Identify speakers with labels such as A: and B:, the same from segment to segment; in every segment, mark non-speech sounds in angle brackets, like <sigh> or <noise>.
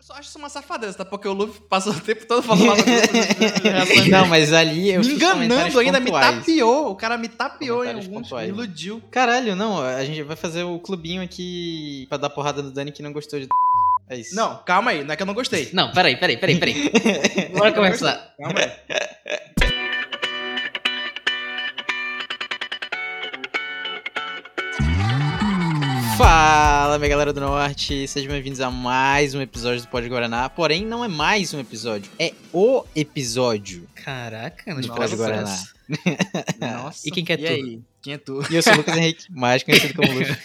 A: só acho isso uma safadeza, tá? porque o Luffy passou o tempo todo falando mal do Luffy.
B: <laughs> Não, mas ali eu
A: Me
B: fiz comentários
A: enganando ainda, me
B: pontuais.
A: tapeou. O cara me tapeou em
B: Comentários
A: alguns, me
B: pontuais, né?
A: iludiu.
B: Caralho, não, a gente vai fazer o clubinho aqui pra dar porrada no Dani que não gostou de. É isso.
A: Não, calma aí, não é que eu não gostei.
C: Não, peraí, peraí, peraí, peraí. Bora começar.
A: Calma aí.
B: Fala, minha galera do Norte, sejam bem-vindos a mais um episódio do Pode Guaraná. Porém, não é mais um episódio, é o episódio.
C: Caraca, não
B: De né?
C: esperava
B: Pode Guaraná.
C: essa.
B: <laughs>
A: Nossa.
C: E quem que é tu?
A: aí? Quem é tu?
B: E eu sou o Lucas Henrique, <laughs> mais conhecido como Lucas.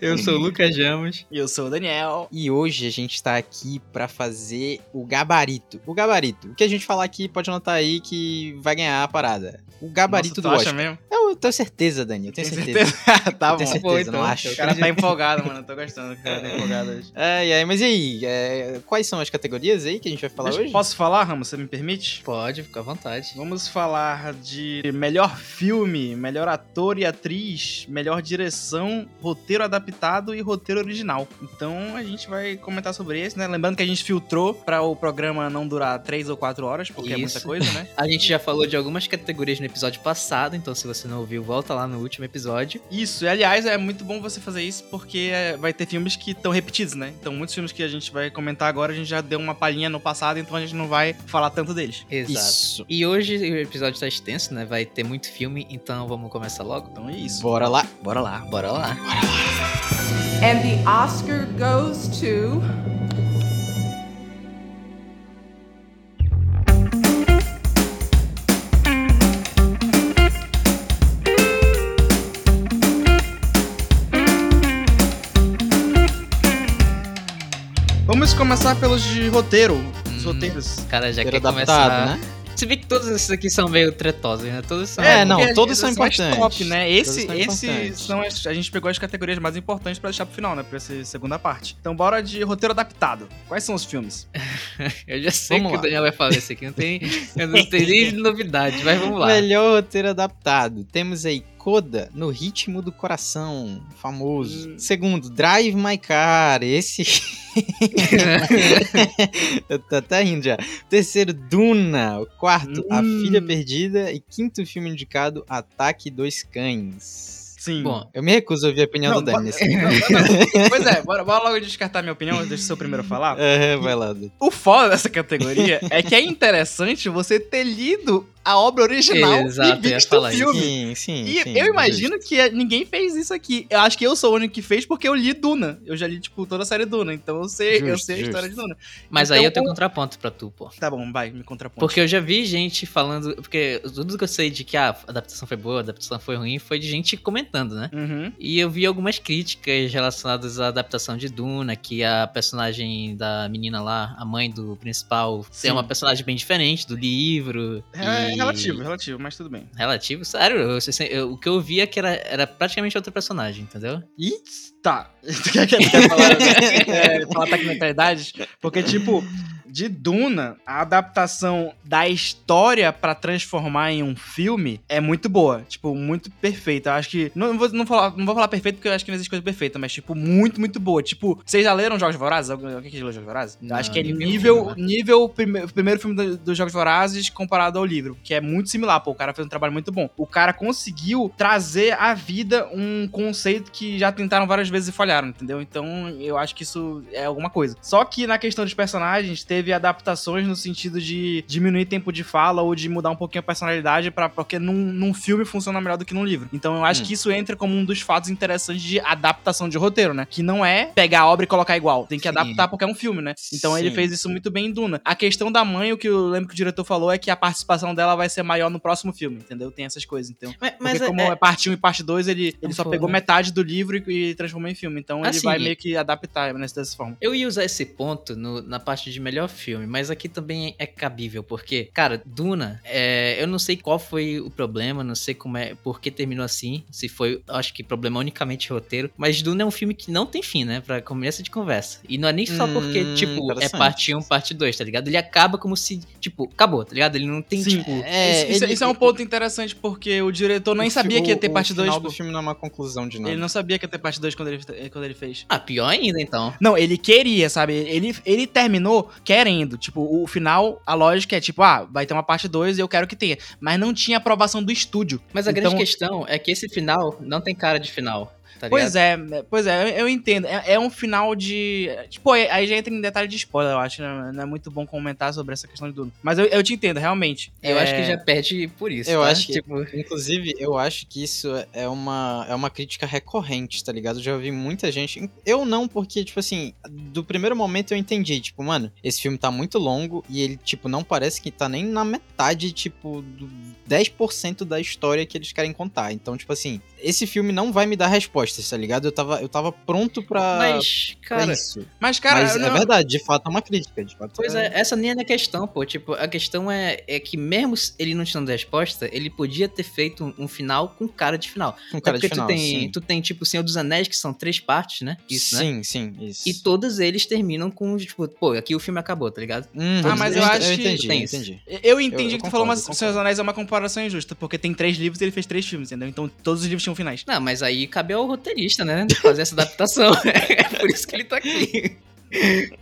C: Eu sou o Lucas Jamos.
A: Eu sou o Daniel.
B: E hoje a gente tá aqui pra fazer o gabarito. O gabarito. O que a gente falar aqui, pode anotar aí que vai ganhar a parada. O gabarito
A: Nossa, tu
B: do
A: acha
B: Oscar.
A: mesmo?
B: Eu tenho certeza, Dani, eu tenho
A: Tem
B: certeza.
A: tá <laughs>
B: Eu
A: bom.
B: tenho certeza,
C: Bom, então,
B: não acho.
A: O cara tá empolgado, mano. Eu tô gostando. O cara tá empolgado
B: <laughs>
A: hoje.
B: Ai, ai, mas e aí? é, quais são as categorias aí que a gente vai falar
A: Deixa-
B: hoje?
A: Posso falar, Ramos? Você me permite?
C: Pode, fica à vontade.
A: Vamos falar de melhor filme, melhor ator e atriz, melhor direção, roteiro adaptado e roteiro original. Então a gente vai comentar sobre esse, né? Lembrando que a gente filtrou pra o programa não durar três ou quatro horas, porque é muita
C: Isso.
A: coisa,
C: <laughs>
A: né?
C: A gente já falou de algumas categorias no episódio passado, então se você não ouviu, volta lá no último episódio.
A: Isso, e aliás, é muito bom você fazer isso porque é, vai ter filmes que estão repetidos, né? Então muitos filmes que a gente vai comentar agora, a gente já deu uma palhinha no passado, então a gente não vai falar tanto deles.
C: Exato.
B: Isso.
C: E hoje o episódio tá extenso, né? Vai ter muito filme, então vamos começar logo?
A: Então é isso.
B: Bora lá.
A: Bora lá.
C: Bora lá.
D: And the Oscar goes to.
A: Vamos começar pelos de roteiro. Os
C: Hum.
A: roteiros.
C: O cara já
B: Ter
C: quer
B: adaptado,
C: começar...
B: né?
C: Se bem que todos esses aqui são meio tretosos, né? Todos são...
A: porque
B: É, não,
A: as-
B: todos são
A: as mais
B: importantes.
A: Top, né? Esse,
B: são
A: esse
B: importantes.
A: são as, a gente pegou as categorias mais importantes pra deixar pro final, né? Pra essa segunda parte. Então bora de roteiro adaptado. Quais são os filmes?
C: Eu já sei
B: Vamos
C: que
B: lá.
C: o Daniel vai falar isso aqui. Não tem, eu
B: <laughs>
C: não tenho nem novidade, mas vamos lá.
B: Melhor roteiro adaptado. Temos aí Coda no Ritmo do Coração, famoso.
A: Hum.
B: Segundo, Drive My Car, esse. <laughs> Eu tô até rindo já. Terceiro, Duna. O quarto, A
A: Hum.
B: Filha Perdida. E quinto filme indicado, Ataque dos Cães.
A: Sim.
C: <laughs> Bom,
B: Eu me recuso a ouvir a opinião
A: Não,
B: do Dani.
A: bora-
B: nesse- <laughs>
A: <laughs> pois é, bora, bora logo descartar minha opinião, deixa eu só primeiro falar.
B: Aham, vai lá, Dani.
A: O foda dessa categoria é que é interessante você ter lido a obra original
C: Exato, eu
A: e
C: ia
A: visto o
C: falar isso.
A: filme.
B: Sim, sim.
A: E
B: sim,
A: eu imagino que ninguém fez isso aqui. Eu acho que eu sou o único que fez porque eu li Duna. Eu já li, tipo, toda a série Duna. Então eu sei, eu
B: Justo,
A: sei a
B: justo.
A: história de Duna.
C: mas aí
A: então-
C: eu tenho contraponto pra tu, pô.
A: Tá bom, vai, me contraponte.
C: Porque eu já vi gente falando. Porque tudo que eu sei de que ah, a adaptação foi boa, a adaptação foi ruim, foi de gente comentando, né?
A: Uhum.
C: E eu vi algumas críticas relacionadas à adaptação de Duna, que a personagem da menina lá, a mãe do principal,
A: Sim.
C: é uma personagem bem diferente do livro.
A: É
C: e-
A: relativo, relativo, mas tudo bem.
C: Relativo? Sério, eu- eu- eu- o que eu via que era, era praticamente outro personagem, entendeu?
A: Tá. <laughs> Tu quer, quer, quer falar, <laughs> é, falar tecnicalidades? Porque, tipo, de Duna, a adaptação da história pra transformar em um filme é muito boa. Tipo, muito perfeita. Eu acho que. Não, vou, não, falar, não vou falar perfeito porque eu acho que não existe coisa perfeita, mas, tipo, muito, muito boa. Tipo, vocês já leram Jogos Vorazes? Alguém alguém que já leu Jogos Vorazes? Eu
C: Não,
A: acho que é
C: nem vi o
A: nível,
C: filme,
A: nível prime, primeiro filme do- dos Jogos Vorazes comparado ao livro, que é muito similar. Pô, o cara fez um trabalho muito bom. O cara conseguiu trazer à vida um conceito que já tentaram várias vezes e falharam, entendeu? Então eu acho que isso é alguma coisa. Só que na questão dos personagens, teve adaptações no sentido de diminuir tempo de fala ou de mudar um pouquinho a personalidade, pra, porque num, num filme funciona melhor do que num livro. Então eu acho
B: Hum.
A: que isso entra como um dos fatos interessantes de adaptação de roteiro, né? Que não é pegar a obra e colocar igual. Tem que
B: Sim.
A: adaptar porque é um filme, né? Então ele
B: Sim.
A: fez isso muito bem em Duna. A questão da mãe, o que eu lembro que o diretor falou é que a participação dela vai ser maior no próximo filme, entendeu? Tem essas coisas, então.
C: Mas,
A: Porque como é, parte 1 e parte 2, ele, ele só
C: foi,
A: pegou
C: né?
A: metade do livro e, e transformou em filme. Então ele
C: Assim,
A: vai
C: e-
A: meio que adaptar nessa dessa forma.
C: Eu ia usar esse ponto no- na parte de melhor filme, mas aqui também é cabível, porque, cara, Duna, é, eu não sei qual foi o problema, não sei como é, por que terminou assim, se foi, acho que problema unicamente roteiro, mas Duna é um filme que não tem fim, né, pra começo de conversa. E não é nem só porque,
B: Hum,
C: tipo, é
B: interessante.
C: parte 1, parte 2, tá ligado? Ele acaba como se, tipo, acabou, tá ligado? Ele não tem,
A: Sim.
C: tipo...
B: É,
A: isso,
B: ele-
A: isso é um ponto interessante, porque o diretor nem
B: o fi-
A: sabia que ia
B: o-
A: ter parte
B: O
A: 2.
B: final do filme não é uma conclusão de nada.
A: Ele não sabia que ia ter parte 2 quando ele, quando ele fez.
C: Ah, pior ainda, então.
A: Não, ele queria, sabe? Ele, ele terminou querendo. Tipo, o final, a lógica é tipo, ah, vai ter uma parte 2 e eu quero que tenha. Mas não tinha aprovação do estúdio.
C: Mas a grande
A: Então-
C: questão é que esse final não tem cara de final, tá
A: Pois
C: ligado?
A: é, pois é, eu- eu entendo. É, é um final de. Tipo, aí aí já entra em detalhe de spoiler, eu acho. né? Não é muito bom comentar sobre essa questão de Duna. Mas eu, eu te entendo, realmente.
C: Eu
A: É,
C: acho que já perde por isso,
B: Eu
C: tá?
B: acho que-
C: Tipo,
B: Inclusive, eu acho que isso é uma, é uma crítica recorrente, tá ligado? Eu já ouvi muita gente. Eu não, porque, tipo assim, do primeiro momento eu entendi, tipo, mano, esse filme tá muito longo e ele, tipo, não parece que tá nem na metade, tipo, do 10% da história que eles querem contar. Então, tipo assim, esse filme não vai me dar respostas, tá ligado? Eu tava, eu tava pronto pra.
C: mas,
B: pra
C: cara...
B: isso.
A: Mas, cara,
B: mas
A: não-
B: é verdade, de fato é uma crítica, de fato.
C: Pois é, essa nem é a questão, pô. Tipo, a questão é, é que mesmo se ele não te dando resposta, ele podia ter feito um, um final com cara de final.
B: Um cara
C: é
B: de
C: porque
B: final,
C: tu tem,
B: sim.
C: tu tem, tipo, Senhor dos Anéis, que são três partes, né? Isso, né?
B: sim, sim, isso.
C: E todos eles terminam com, tipo, pô, aqui o filme acabou, tá ligado?
B: Uhum,
A: Ah, mas eu acho que
B: entendi,
C: tem
B: eu
C: isso.
B: entendi.
A: eu entendi
B: eu
A: que tu falou,
B: concordo,
A: mas
B: eu
A: Senhor dos Anéis é uma comparação injusta, porque tem três livros e ele fez três filmes, entendeu? Então todos os livros tinham finais.
C: Não, mas aí cabe ao roteirista, né? Fazer essa adaptação. <laughs> é por isso que ele tá
B: Tipo,
C: aqui.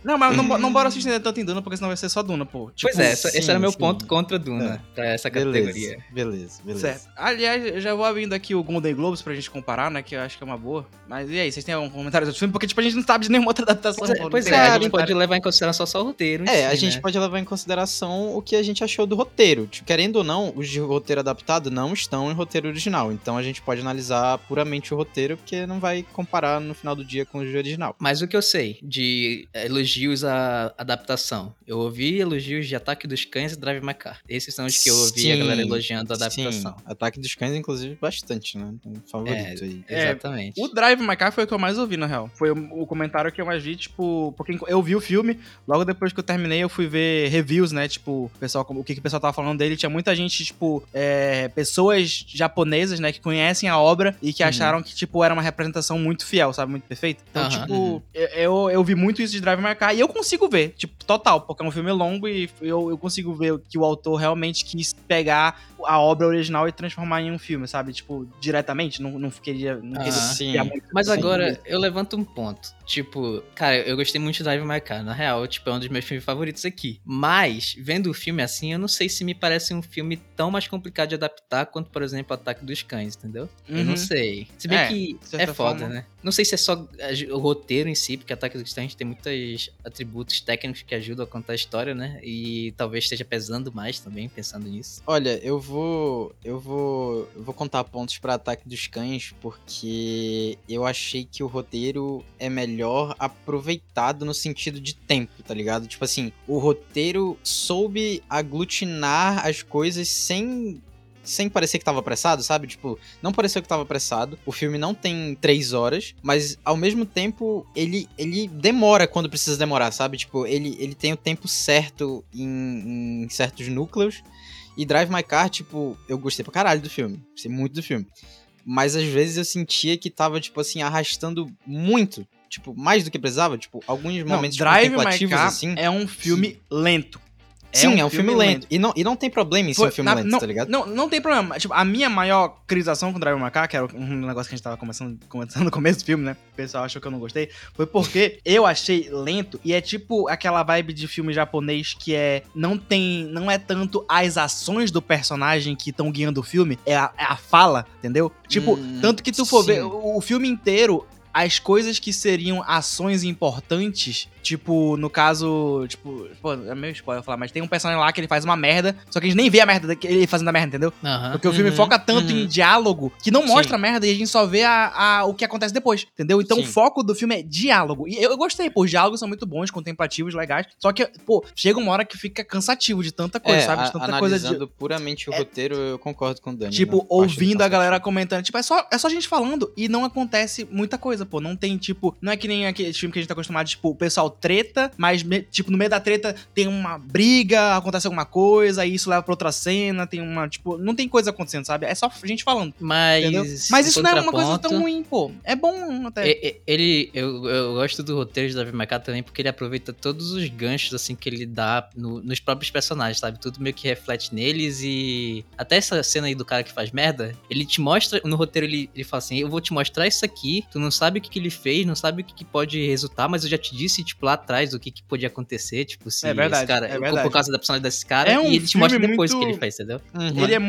A: Não, mas não, bo- não bora se estender tanto em Duna, porque senão vai ser só Duna, pô. Tipo,
C: pois é, essa- esse
B: sim,
C: era meu
B: sim. É.
C: ponto contra Duna, pra essa categoria.
B: Beleza, beleza, beleza.
A: Certo. Aliás, eu já vou abrindo aqui o Golden Globes pra gente comparar, né? Que eu acho que é uma boa. Mas e aí, vocês têm algum comentário sobre o filme? Porque, tipo, a gente não sabe de nenhuma outra adaptação.
C: Pois é,
A: pô, não
C: pois
A: tem
C: é,
A: nada
C: a
A: de
C: gente
A: comentário.
C: pode levar em consideração só o roteiro. em
B: É, a
C: si,
B: gente
C: né?
B: pode levar em consideração o que a gente achou do roteiro. Tipo, querendo ou não, os de roteiro adaptado não estão em roteiro original. Então a gente pode analisar puramente o roteiro, porque não vai comparar no final do dia com o de original.
C: Mas o que eu sei de eh, elogios à adaptação? Eu ouvi elogios de Ataque dos Cães e Drive My Car. Esses são os que eu ouvi a
B: Sim,
C: galera elogiando a adaptação.
B: Sim, Ataque dos Cães, inclusive, bastante, né? Um favorito aí.
A: É,
C: Exatamente.
A: O Drive My Car foi o que eu mais ouvi, na real. Foi o o comentário que eu mais vi, tipo... Porque eu vi o filme, logo depois que eu terminei, eu fui ver reviews, né? Tipo, o pessoal, como- o que, que o pessoal tava falando dele. Tinha muita gente, tipo, é, pessoas japonesas, né? Que conhecem a obra e que
B: Uhum.
A: acharam que, tipo, era uma representação muito fiel, sabe? Muito perfeita. Então,
C: Aham.
A: tipo,
B: Uhum.
A: eu, eu, eu vi muito isso de Drive My Car e eu consigo ver, tipo, total. Porque é um filme longo e eu, eu consigo ver que o autor realmente quis pegar a obra original e transformar em um filme, sabe? Tipo, diretamente. Não, não queria... Não queria
C: Ah,
B: sim.
A: criar muito
C: Mas
A: Sim.
C: agora, eu levanto um ponto. Tipo, cara, eu gostei muito de Drive My Car. Na real, tipo, é um dos meus filmes favoritos aqui. Mas, vendo o filme assim, eu não sei se me parece um filme tão mais complicado de adaptar quanto, por exemplo, Ataque dos Cães, entendeu? Eu
A: Uhum.
C: não sei. Se bem
A: É,
C: que
A: de
C: é
A: certa
C: foda,
A: forma.
C: né? Não sei se é só eh, o roteiro em si, porque Ataque dos Titãs tem muitos atributos técnicos que ajudam a contar a história, né? E talvez esteja pesando mais também, pensando nisso.
B: Olha, eu vou. Eu vou. Eu vou contar pontos pra ataque dos cães, porque eu achei que o roteiro é melhor aproveitado no sentido de tempo, tá ligado? Tipo assim, o roteiro soube aglutinar as coisas sem. Sem parecer que tava apressado, sabe? Tipo, não pareceu que tava apressado. O filme não tem três horas, mas ao mesmo tempo ele, ele demora quando precisa demorar, sabe? Tipo, ele, ele tem o tempo certo em- em certos núcleos. E Drive My Car, tipo, eu gostei pra caralho do filme. Gostei muito do filme. Mas às vezes eu sentia que tava, tipo assim, arrastando muito. Tipo, mais do que precisava. Tipo, alguns
A: Não,
B: momentos
A: Drive My
B: contemplativos,
A: Car
B: assim.
A: é um filme lento.
B: Sim, é um, filme, lento. E, não, e não tem problema em ser
A: Foi-
B: um filme
A: na-
B: lento,
A: não,
B: tá ligado?
A: Não, não tem problema. Tipo, a minha maior critização com Drive My Car, que era um negócio que a gente tava começando, comentando no começo do filme, né? O pessoal achou que eu não gostei. Foi porque
B: <laughs>
A: eu achei lento e é tipo aquela vibe de filme japonês que é. Não tem. Não é tanto as ações do personagem que estão guiando o filme, é a, é a fala, entendeu? Tipo,
B: Hum,
A: tanto que tu for
B: sim.
A: ver o, o filme inteiro. As coisas que seriam ações importantes, tipo, no caso, tipo, pô, é meio spoiler falar, mas tem um personagem lá que ele faz uma merda, só que a gente nem vê a merda que ele fazendo a merda, entendeu?
C: Aham.
A: Porque o filme
B: Uhum,
A: foca tanto
B: uhum.
A: em diálogo que não
B: Sim.
A: mostra a merda e a gente só vê a, a- o que acontece depois, entendeu? Então
B: Sim.
A: o foco do filme é diálogo. E eu, eu gostei, pô, os diálogos são muito bons, contemplativos, legais. Só que, pô, chega uma hora que fica cansativo de tanta coisa,
B: é,
A: sabe?
B: a,
A: De tanta coisa de.
B: analisando puramente o
A: É-
B: roteiro, eu concordo com o Dani. né?
A: Tipo,
B: na parte do
A: ouvindo a
B: passado.
A: galera comentando. Tipo, é só, é só gente falando e não acontece muita coisa, coisa, pô. Não tem, tipo, não é que nem aquele filme que a gente tá acostumado, tipo, o pessoal treta, mas, me- tipo, no meio da treta tem uma briga, acontece alguma coisa, aí isso leva pra outra cena, tem uma, tipo, não tem coisa acontecendo, sabe? É só gente falando.
C: Mas.
A: Entendeu? Mas isso
C: em
A: não é uma coisa
C: contraponto,
A: tão ruim, pô. É bom até.
C: e- e- Ele, eu, eu gosto do roteiro de David McCall também, porque ele aproveita todos os ganchos assim que ele dá no- nos próprios personagens, sabe? Tudo meio que reflete neles e até essa cena aí do cara que faz merda, ele te mostra, no roteiro ele, ele fala assim, eu vou te mostrar isso aqui, tu não sabe o que, que ele fez, não sabe o que, que pode resultar, mas eu já te disse, tipo, lá atrás o que, que podia acontecer, tipo, se
A: É verdade,
C: esse cara,
A: é verdade.
C: por causa da personalidade desse cara,
A: É um
C: e ele te
A: filme
C: mostra depois o
A: muito-
C: que ele fez, entendeu?
B: Uhum.
A: Ele é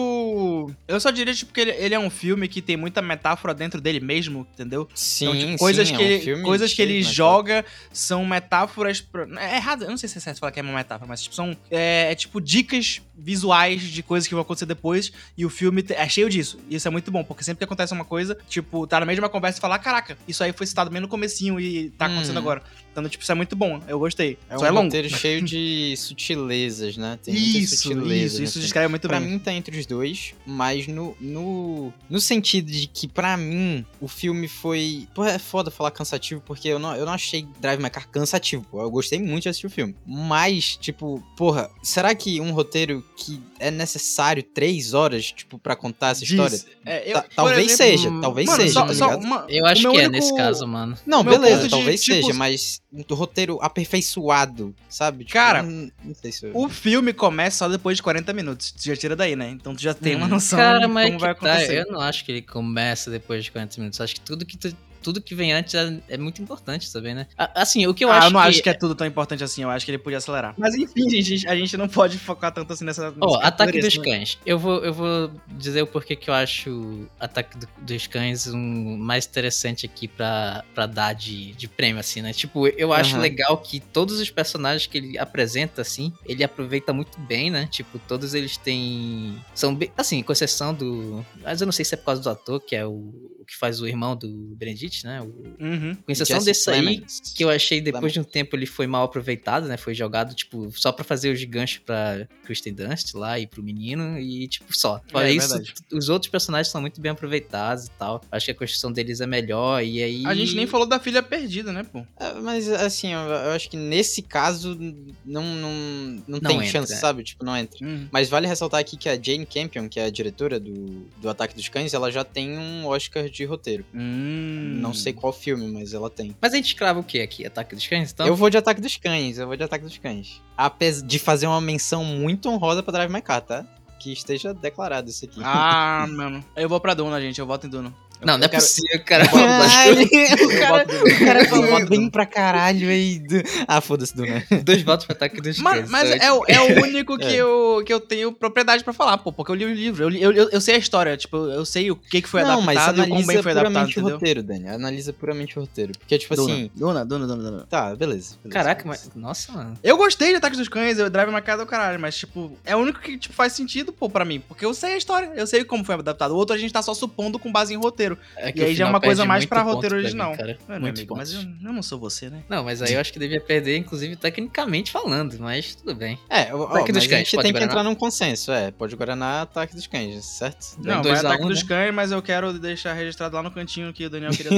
A: muito. Eu só diria, tipo, que ele, ele é um filme que tem muita metáfora dentro dele mesmo, entendeu?
B: Sim,
A: Então, tipo,
B: sim,
A: coisas,
B: é um
A: que,
B: filme
A: coisas que
B: cheio é um
A: ele
B: de metáfora.
A: joga são metáforas. Pra... É errado, eu não sei se é certo falar que é uma metáfora, mas tipo, são é, é tipo dicas visuais de coisas que vão acontecer depois. E o filme te- é cheio disso. E isso é muito bom, porque sempre que acontece uma coisa, tipo, tá na mesma conversa e falar: caraca, isso aí foi citado bem no comecinho e tá acontecendo
B: Hum.
A: agora. Então, tipo, isso é muito bom. Eu gostei.
B: É
A: Só
B: um
A: é longo.
B: roteiro cheio de sutilezas, né? Tem muitas
A: Isso, isso,
B: sutilezas. nesse
A: isso
B: filme.
A: descreve muito
B: né, Pra
A: bem.
B: mim tá entre os dois, mas no, no, no sentido de que, pra mim, o filme foi. Pô, é foda falar cansativo, porque eu não, eu não achei Drive My Car cansativo. pô. Eu gostei muito de assistir o filme. Mas, tipo, porra, será que um roteiro que é necessário três horas, tipo, pra contar essa
A: Diz-
B: história?
A: é, eu-
B: Ta-
A: por
B: talvez
A: exemplo,
B: seja, talvez
A: mano,
B: seja,
A: só-
B: tá
A: só
B: ligado?
A: uma-
C: Eu
A: o
C: acho que
A: meu
C: é
A: único-
C: nesse caso, mano.
B: Não,
A: meu
B: beleza,
A: ponto de,
B: talvez
A: tipo,
B: seja, mas um roteiro aperfeiçoado, sabe? Tipo,
A: Cara,
B: não, não sei se eu...
A: O filme começa só depois de 40 minutos. Tu já tira daí, né? Então tu já tem uma
B: Hum.
A: noção
C: Cara,
A: de
C: mas
A: como
C: que
A: vai
C: tá,
A: acontecer.
C: eu não acho que ele começa depois de 40 minutos. Acho que tudo que, tu- tudo que vem antes é, é muito importante também, né? A- Assim, o que eu
A: ah,
C: acho
A: eu não
C: que...
A: acho que é tudo tão importante assim. Eu acho que ele podia acelerar. Mas enfim, gente, a gente não pode focar tanto assim nessa.
C: Ó,
A: nessa
C: Ataque
A: categoria,
C: dos
A: né?
C: Cães. Eu vou, eu vou dizer o porquê que eu acho Ataque do- dos Cães um mais interessante aqui pra, pra dar de, de prêmio, assim, né? Tipo, eu acho
B: Aham.
C: legal que todos os personagens que ele apresenta, assim, ele aproveita muito bem, né? Tipo, todos eles têm... São, bem- assim, com exceção do... Mas eu não sei se é por causa do ator, que é o, o que faz o irmão do Benedict, né? O-
A: Uhum.
C: com exceção
B: Jesse
C: desse aí,
B: Plemons.
C: que eu achei depois de um tempo ele foi mal aproveitado, né? Foi jogado, tipo, só pra fazer os ganchos pra Kristen Dunst lá e pro menino e, tipo, só. Fora
A: É,
C: isso,
A: verdade.
C: os outros personagens são muito bem aproveitados e tal. Acho que a construção deles é melhor e aí...
A: A gente nem falou da filha perdida, né, pô?
B: É, Mas assim, eu, eu acho que nesse caso n- não, não, não, tem
C: entra,
B: chance,
C: é.
B: sabe? Tipo, não entra.
A: Hum.
B: Mas vale ressaltar aqui que a Jane Campion, que é a diretora do, do Ataque dos Cães, ela já tem um Oscar de roteiro.
A: Hum.
B: Não sei qual filme, mas ela tem.
C: Mas a gente crava o que aqui? Ataque dos Cães, então?
B: Eu vou de Ataque dos Cães, eu vou de Ataque dos Cães. Apesar de fazer uma menção muito honrosa pra Drive My Car, tá? Que esteja declarado isso aqui. <laughs>
A: Ah, mano. Eu vou pra Duna, gente. Eu voto em Duna.
C: Não, não é
A: eu quero- <laughs>
C: possível, cara.
B: Caralho, o
A: Eu
B: cara,
A: voto em Duna.
B: o cara falou
A: voto
B: bem pra caralho aí. do- Ah, foda-se, Duna.
C: <laughs> Dois votos pra Ataque dos
A: Mano,
C: Cães.
A: mas
C: sabe?
A: é, o- é o único que,
B: É.
A: eu, que eu tenho propriedade pra falar, pô, porque eu li o livro, eu, li- eu, eu- eu sei a história, tipo, eu sei o que, que foi
B: não, mas
A: adaptado e o quão
B: analisa
A: bem foi adaptado,
B: puramente o
A: entendeu?
B: roteiro, Dani. Analisa puramente o roteiro. Porque, tipo assim,
A: Dona, dona, dona, dona.
B: Tá, beleza. beleza,
C: Caraca,
B: beleza.
C: mas... Nossa, mano.
A: Eu gostei de Ataques dos Cães, eu drive uma casa do caralho, mas, tipo, é o único que tipo, faz sentido, pô, pra mim. Porque eu sei a história, eu sei como foi adaptado. O outro a gente tá só supondo com base em roteiro.
C: É
A: E aí
C: o
A: já é
C: final
A: uma coisa
C: perde
A: mais
C: muito
A: pra
C: ponto
A: roteiro
C: mim,
A: original.
C: cara.
A: É, meu
C: Muitos
A: amigo, mas eu,
C: pontos.
A: eu não sou você, né?
C: Não, mas aí eu acho que devia perder, inclusive, tecnicamente falando, mas
A: <laughs>
C: tudo bem.
B: É, ó, ó,
C: Ataque
B: mas
C: dos
B: a
C: Cães,
B: gente
C: pode
B: tem que
C: Guaraná?
B: entrar num consenso, é. Pode Guaraná, ataque dos cães, certo? <laughs>
C: Deu
A: Não, vai
C: dois a
A: Ataque
C: um,
A: dos
C: né?
A: Cães, mas eu quero deixar registrado lá no cantinho que o Daniel <laughs> queria.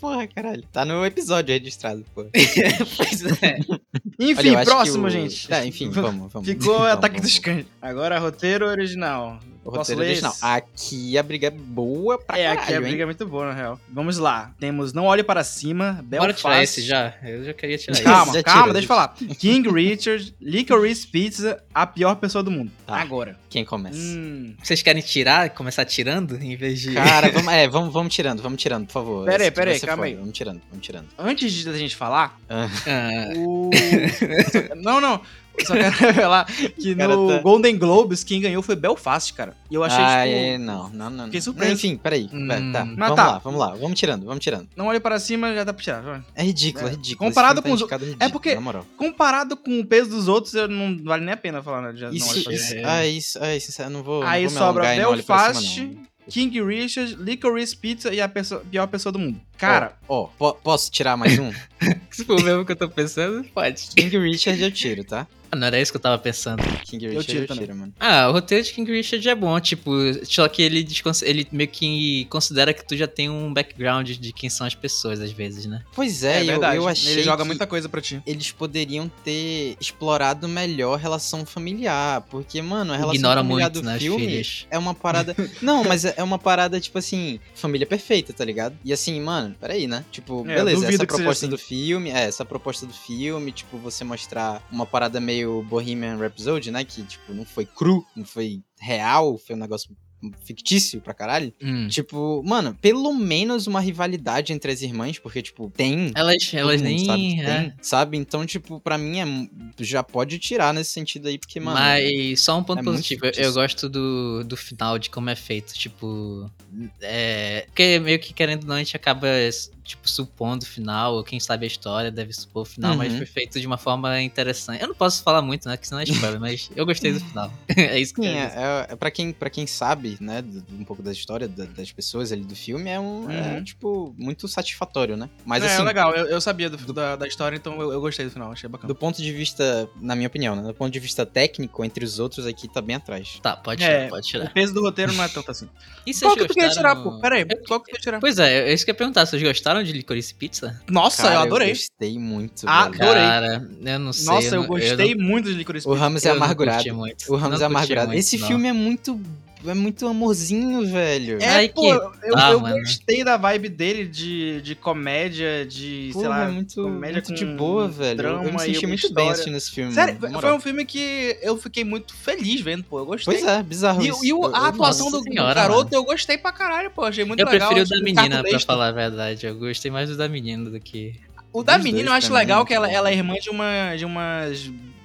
B: Porra, caralho. Tá no episódio registrado, pô.
C: Pois é.
B: Olha,
A: enfim,
B: eu acho que
A: próximo,
B: o-
A: gente. <laughs>
B: Tá, enfim, vamos, vamos.
A: Ficou
B: Vamos,
A: Ataque
B: vamos,
A: dos Cães. Então, Agora, roteiro original.
B: vamos. O
A: Posso
B: roteiro
A: ler
B: original.
A: esse?
B: Aqui a briga é boa pra
A: é,
B: caralho,
A: aqui a briga é muito boa, na real. Vamos lá. Temos Não Olhe Para Cima,
C: Bora
A: Belfast.
C: tirar esse já. Eu já queria tirar esse.
A: Calma,
B: É Já
A: calma,
B: tira,
A: deixa eu falar. King Richard, Licorice Pizza, a pior pessoa do mundo.
B: Tá.
A: Agora.
B: hein? Quem começa?
A: Hum.
C: Vocês querem tirar, começar tirando, em vez de...
B: Cara, vamos, é, vamos, vamos tirando, vamos tirando, por favor.
A: Pera aí,
B: Esse
A: pera
B: vai
A: aí,
B: ser
A: calma
B: foda.
A: aí.
B: Vamos tirando, vamos tirando.
A: Antes de- da gente falar,
C: <laughs>
B: É.
C: Ah,
B: <laughs>
A: o. não, não. Eu só quero <laughs> revelar que
B: Cara,
A: no
B: tá-
A: Golden Globes quem ganhou foi Belfast, cara. E eu achei,
B: ah,
A: tipo,
B: é, não, não, não.
A: fiquei
B: não.
A: surpreso.
B: Enfim, peraí.
C: Hum,
B: vai, tá,
C: mas
B: vamos
A: tá.
B: lá, vamos lá. Vamos tirando, vamos tirando.
A: não olhe para cima, já dá pra tirar. vai.
B: É ridículo,
A: É.
B: é, ridículo. Esse
A: Comparado
B: filme tá
A: com os-
B: indicado
A: É
B: ridículo,
A: porque-
B: Na moral.
A: Comparado com o peso dos outros, eu não vale nem a pena falar, né? Já não olhe
B: Isso,
A: pra cima.
B: isso,
C: é.
B: ah, isso, ah, isso, eu não vou.
A: Aí
B: não vou me
A: sobra
B: alongar e não olho pra
A: Belfast,
B: cima, não.
A: King Richard, Licorice Pizza e a pessoa- pior pessoa do mundo. Cara,
B: Ó, ó,
A: <laughs>
B: po- posso tirar mais um?
C: se for o mesmo que eu tô pensando, pode.
B: King Richard eu tiro, tá?
C: Ah, Não era isso que eu tava pensando.
B: King
A: Eu tiro
B: Richard, eu
A: também.
B: tiro, mano.
C: Ah, o roteiro de King Richard é bom, tipo, só que ele, descon- ele meio que considera que tu já tem um background de quem são as pessoas, às vezes, né?
B: Pois é, eu, eu achei
A: Ele joga
B: que
A: muita coisa pra ti.
B: eles poderiam ter explorado melhor a relação familiar, porque, mano, a relação
C: Ignora
B: familiar
C: muito,
B: do
C: né, os
B: filme
C: filhos.
B: é uma parada... Não, mas é é uma parada, tipo assim, família perfeita, tá ligado? E assim, mano, peraí, né? Tipo,
A: É, eu
B: beleza,
A: duvido
B: essa
A: que seja
B: proposta
A: assim.
B: do filme, é, essa proposta do filme, tipo, você mostrar uma parada meio Bohemian Rhapsody, né, que, tipo, não foi cru, não foi real, foi um negócio fictício pra caralho.
C: Hum.
B: Tipo, mano, pelo menos uma rivalidade entre as irmãs, porque, tipo, tem,
C: Elas,
B: todo
C: elas
B: mundo
C: nem.
B: sabe que
C: é.
B: tem, sabe? Então, tipo, pra mim é, mu- já pode tirar nesse sentido aí, porque, mano.
C: Mas só um ponto
B: é muito
C: positivo, eu,
B: difícil.
C: eu gosto do, do final, de como é feito, tipo, é, porque meio que querendo ou não a gente acaba, tipo, supondo o final, ou quem sabe a história deve supor o final, mas
B: Uhum.
C: foi feito de uma forma interessante. Eu não posso falar muito, né, que senão é spoiler, mas eu gostei do final, <laughs> é isso que
B: Sim,
C: eu
B: é,
C: ia
B: é, é pra quem, pra quem sabe, né, do- do- um pouco da história da- das pessoas ali do filme, é um, é,
A: Uhum.
B: tipo, muito satisfatório, né? Mas,
A: é, é
B: assim,
A: legal, eu, eu sabia do- da, da história, então eu, eu gostei do final, achei bacana.
B: do ponto de vista, na minha opinião, né, do ponto de vista técnico, entre os outros aqui, tá bem atrás.
C: Tá, pode
A: É,
C: tirar, pode
A: O
C: tirar.
A: peso do roteiro não é tanto assim.
C: E vocês
A: Qual que tu queria tirar,
C: gostaram-
A: pô? Pera aí,
C: Eu-
A: qual que tu queria tirar?
C: Pois é, é isso que eu ia perguntar, vocês gostaram de Licorice Pizza?
A: Nossa,
B: Cara,
A: eu adorei.
B: gostei muito.
A: Ah,
B: velho.
A: Adorei.
C: Cara, eu não sei.
A: Nossa, eu,
C: não-
A: gostei muito de Licorice
B: O
A: Pizza.
B: Ramos é
C: eu não curti
B: amargurado.
C: muito,
B: O Ramos
C: não
B: é
C: curti
B: amargurado.
C: muito,
B: Esse
C: não.
B: filme é muito. É muito amorzinho, velho.
A: É,
C: Ai,
A: pô,
C: que
A: eu, eu
C: tá, mano.
A: gostei da vibe dele de, de comédia, de, sei
B: Porra,
A: lá...
B: é muito,
A: comédia
B: muito de
A: com
B: boa, velho.
A: drama
B: eu me
A: e
B: senti
A: uma
B: muito bem
A: história.
B: assistindo esse filme.
A: Sério,
B: mano, na
A: foi
B: moral.
A: um filme que eu fiquei muito feliz vendo, pô, eu gostei.
B: Pois é, bizarro
A: E,
B: isso.
A: e o-
B: Eu- eu-
A: a atuação
C: Nossa
A: do
C: Senhora,
A: garoto
C: mano.
A: eu gostei pra caralho, pô. Achei muito
C: Eu
A: legal.
C: prefiro o da
A: tipo,
C: menina, pra
A: cartunesco.
C: falar a verdade. Eu gostei mais do da menina do que.
A: O da
B: Dos
A: menina eu
B: dois,
A: acho
B: pra mim,
A: legal
B: é
A: que ela,
B: muito
A: ela é
B: bom.
A: irmã de uma. de uma.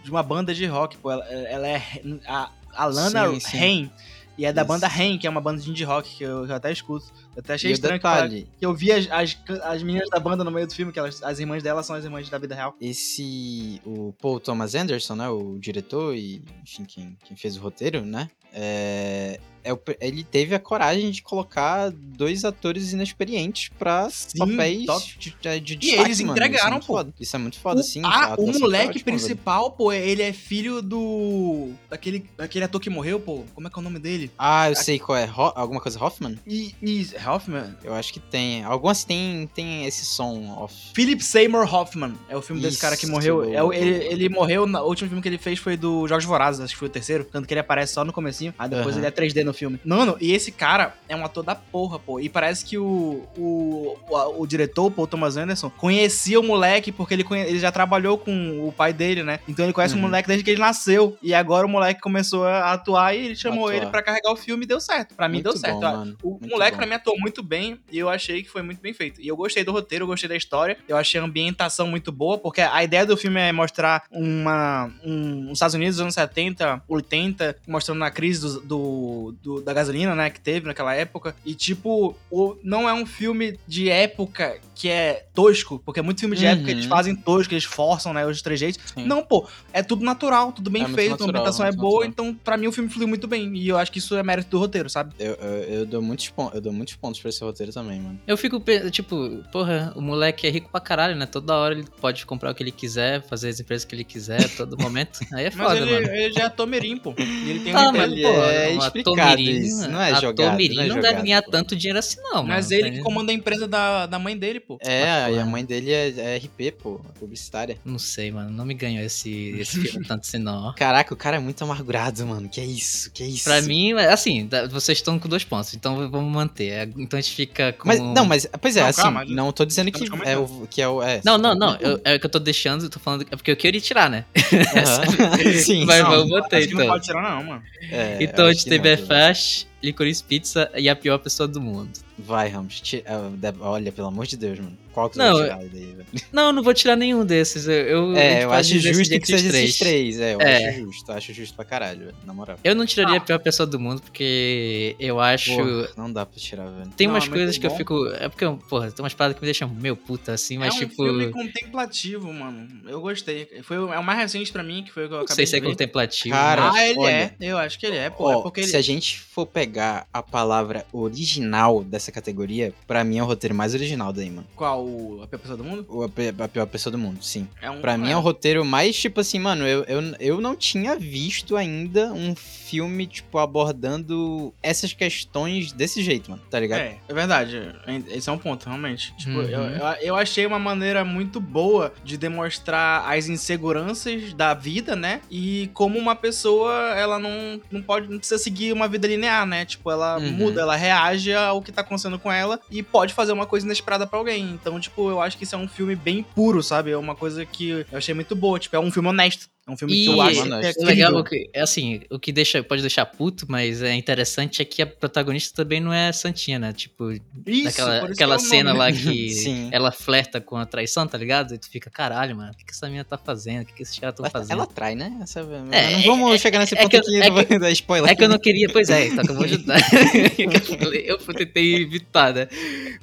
A: de uma banda de rock, pô. Ela, ela é a Alana
B: Sim, sim.
A: Rain. E é da
B: Isso.
A: banda Rain, que é uma banda de indie rock que eu, que eu até escuto. Eu até achei
B: e o
A: estranho que fala-
B: detalhe,
A: que eu vi as, as, can- as meninas da banda no meio do filme, que elas, as irmãs dela são as irmãs da vida real.
B: esse. O Paul Thomas Anderson, né? O diretor e, enfim, quem, quem fez o roteiro, né? É, é o pr- ele teve a coragem de colocar dois atores inexperientes pra
A: Sim,
B: papéis
A: top.
B: de, de, de
A: E
B: destaque,
A: eles
B: mano.
A: entregaram,
B: isso é muito
A: pô.
B: Foda. Isso é muito foda,
A: o,
B: sim. a
A: ah,
B: atuação
A: o
B: foi
A: moleque
B: ótima, velho.
A: principal, pô, ele é filho do. daquele, daquele ator que morreu, pô. Como é que é o nome dele?
B: Ah, eu sei qual é. Ho- alguma coisa Hoffman?
A: E. e Hoffman?
B: Eu acho que tem. Algumas tem, tem esse som off.
A: Philip Seymour Hoffman é o filme desse
B: Isso,
A: cara que morreu.
B: boa,
A: É o- ele,
B: boa.
A: ele morreu, na, o último filme que ele fez foi do Jorge Vorazes, acho que foi o terceiro, tanto que ele aparece só no comecinho, aí depois
B: Aham.
A: ele é 3D no filme. Mano, e esse cara é um ator da porra, pô, e parece que o, o, o, a- o diretor, o Paul Thomas Anderson, conhecia o moleque porque ele, conhe- ele já trabalhou com o pai dele, né? Então ele conhece
B: Uhum.
A: o moleque desde que ele nasceu, e agora o moleque começou a atuar e ele chamou
B: Atuar.
A: ele pra carregar o filme e deu certo. Pra mim
B: Muito
A: deu certo.
B: bom,
A: ó.
B: mano.
A: O
B: Muito
A: moleque,
B: bom.
A: pra mim, atuou muito bem e eu achei que foi muito bem feito. E eu gostei do roteiro, eu gostei da história, eu achei a ambientação muito boa, porque a ideia do filme é mostrar uma, um, os Estados Unidos dos anos 70, 80, mostrando a crise do, do- do- da gasolina, né, que teve naquela época. E, tipo, o, não é um filme de época que é tosco, porque muito filme de
B: Uhum.
A: época eles fazem tosco, eles forçam, né, os trejeitos.
B: Sim.
A: Não, pô, é tudo natural, tudo bem
B: É muito
A: feito,
B: natural,
A: a ambientação é
B: muito
A: boa,
B: natural.
A: então, pra mim, o filme fluiu muito bem. E eu acho que isso é mérito do roteiro, sabe?
B: Eu, eu, eu dou muitos pon- eu dou muitos pontos pra esse roteiro também, mano.
C: Eu fico, pe- tipo, porra, o moleque é rico pra caralho, né? Toda hora ele pode comprar o que ele quiser, fazer as empresas que ele quiser, a todo
B: <laughs>
C: momento. Aí é
A: Mas
C: foda,
A: ele,
C: mano.
A: ele já é Tomerim, pô. E ele tem
C: Tá,
A: um Nintendo.
B: ele
C: pô,
B: é
C: um ator
B: explicado
C: mirim,
B: isso, não é
C: ator
B: jogado, não é
C: mirim não deve
B: jogado,
C: ganhar
B: pô.
C: tanto dinheiro assim, não, mano.
A: Mas ele
C: Tá-
A: que comanda a empresa da, da mãe dele, pô.
B: É, e
C: porra.
B: a mãe dele é, é RP, pô, publicitária.
C: Não sei, mano. Não me
B: <laughs>
C: ganhou esse, esse filme tanto assim, não.
B: Caraca, o cara é muito amargurado, mano. Que é isso, que isso.
C: Pra mim, é assim, tá- vocês estão com dois pontos, então vamos manter. É, Então a gente fica com.
B: Mas, não, mas, pois é,
A: Não,
B: assim,
A: calma, a gente-
B: não tô dizendo que
A: estamos
B: é o. Que é o é,
C: Não, não, <laughs> não. eu- é o que eu tô deixando, eu tô falando. É porque eu queria tirar, né? assim,
B: <laughs> Aham. Sim,
C: Mas
B: sim.
C: vamos botar
A: Assim não
C: então.
A: pode tirar, não, mano.
B: É,
C: Então
B: eu
C: a
B: acho
C: gente
B: que
C: tem
B: não, eu-
C: Belfast, Licorice Pizza e a pior pessoa do mundo.
B: Vai, Ramos. ti- ah, deve- Olha, pelo amor de Deus, mano. Qual que tu
C: Não,
B: vai tirar daí, velho?
C: Não, eu não vou tirar nenhum desses. Eu, eu, a gente um
B: É, eu
C: pode
B: acho
C: decidir
B: justo que
C: entre os
B: seja esses três. É, eu
C: É.
B: acho justo. Acho justo pra caralho, velho. Na moral.
C: Eu não tiraria a
A: Ah.
C: pior pessoa do mundo, porque eu acho.
B: Porra, não dá pra tirar, velho.
C: Tem
A: Não,
C: umas
A: é muito
C: coisas que eu
A: bom.
C: fico. É porque, porra, tem umas paradas que me deixam meio puta assim, mas
A: é um
C: tipo.
A: filme contemplativo, mano. Eu gostei. Foi o, é o mais recente pra mim, que foi o que eu
C: Não
A: acabei
C: sei se é
A: de ver.
C: contemplativo.
B: Cara,
C: né?
A: Ah, ele
B: olha.
A: é. Eu acho que ele é, pô.
B: Ó,
A: é porque
B: se
A: ele...
B: a gente for pegar a palavra original dessa categoria, pra mim é o roteiro mais original daí, mano.
A: é Qual? o- A pior pessoa do mundo?
B: O- a pe- a pior pessoa do mundo, sim.
A: É um,
B: Pra mim é um roteiro mais tipo assim, mano, eu, eu, eu não tinha visto ainda um filme, tipo, abordando essas questões desse jeito, mano, tá ligado?
A: É, é verdade. é- Esse é um ponto, realmente. Tipo,
C: Uhum.
A: eu, eu, eu achei uma maneira muito boa de demonstrar as inseguranças da vida, né? E como uma pessoa, ela não, não pode, não precisa seguir uma vida linear, né? Tipo, ela
B: Uhum.
A: muda, ela reage ao que tá acontecendo com ela e pode fazer uma coisa inesperada pra alguém. Então, tipo, eu acho que isso é um filme bem puro, sabe? É uma coisa que eu achei muito boa. Tipo, é um filme honesto. É um filme que eu
C: E-
A: acho
B: Mano,
A: que é
C: O
A: incrível.
C: legal é que, é assim, o que deixa, pode deixar puto, mas é interessante é que a protagonista também não é santinha, né? Tipo,
A: Isso,
C: daquela
A: por isso que
C: aquela
A: é o nome.
C: cena
A: <laughs>
C: lá que
B: Sim.
C: ela flerta com a traição, tá ligado? E tu fica, caralho, mano, o que, que essa mina tá fazendo? O que, que esses caras tão
B: Ela,
C: fazendo?
B: ela trai, né? Essa-
C: É,
B: não vamos
C: é-
B: chegar nesse
C: é
B: ponto
C: que eu-
B: aqui,
C: é
B: não vai <laughs> dar spoiler.
C: É que eu não queria, pois é, então que eu vou ajudar. <laughs>
B: <laughs>
C: eu, falei- eu tentei evitar, né?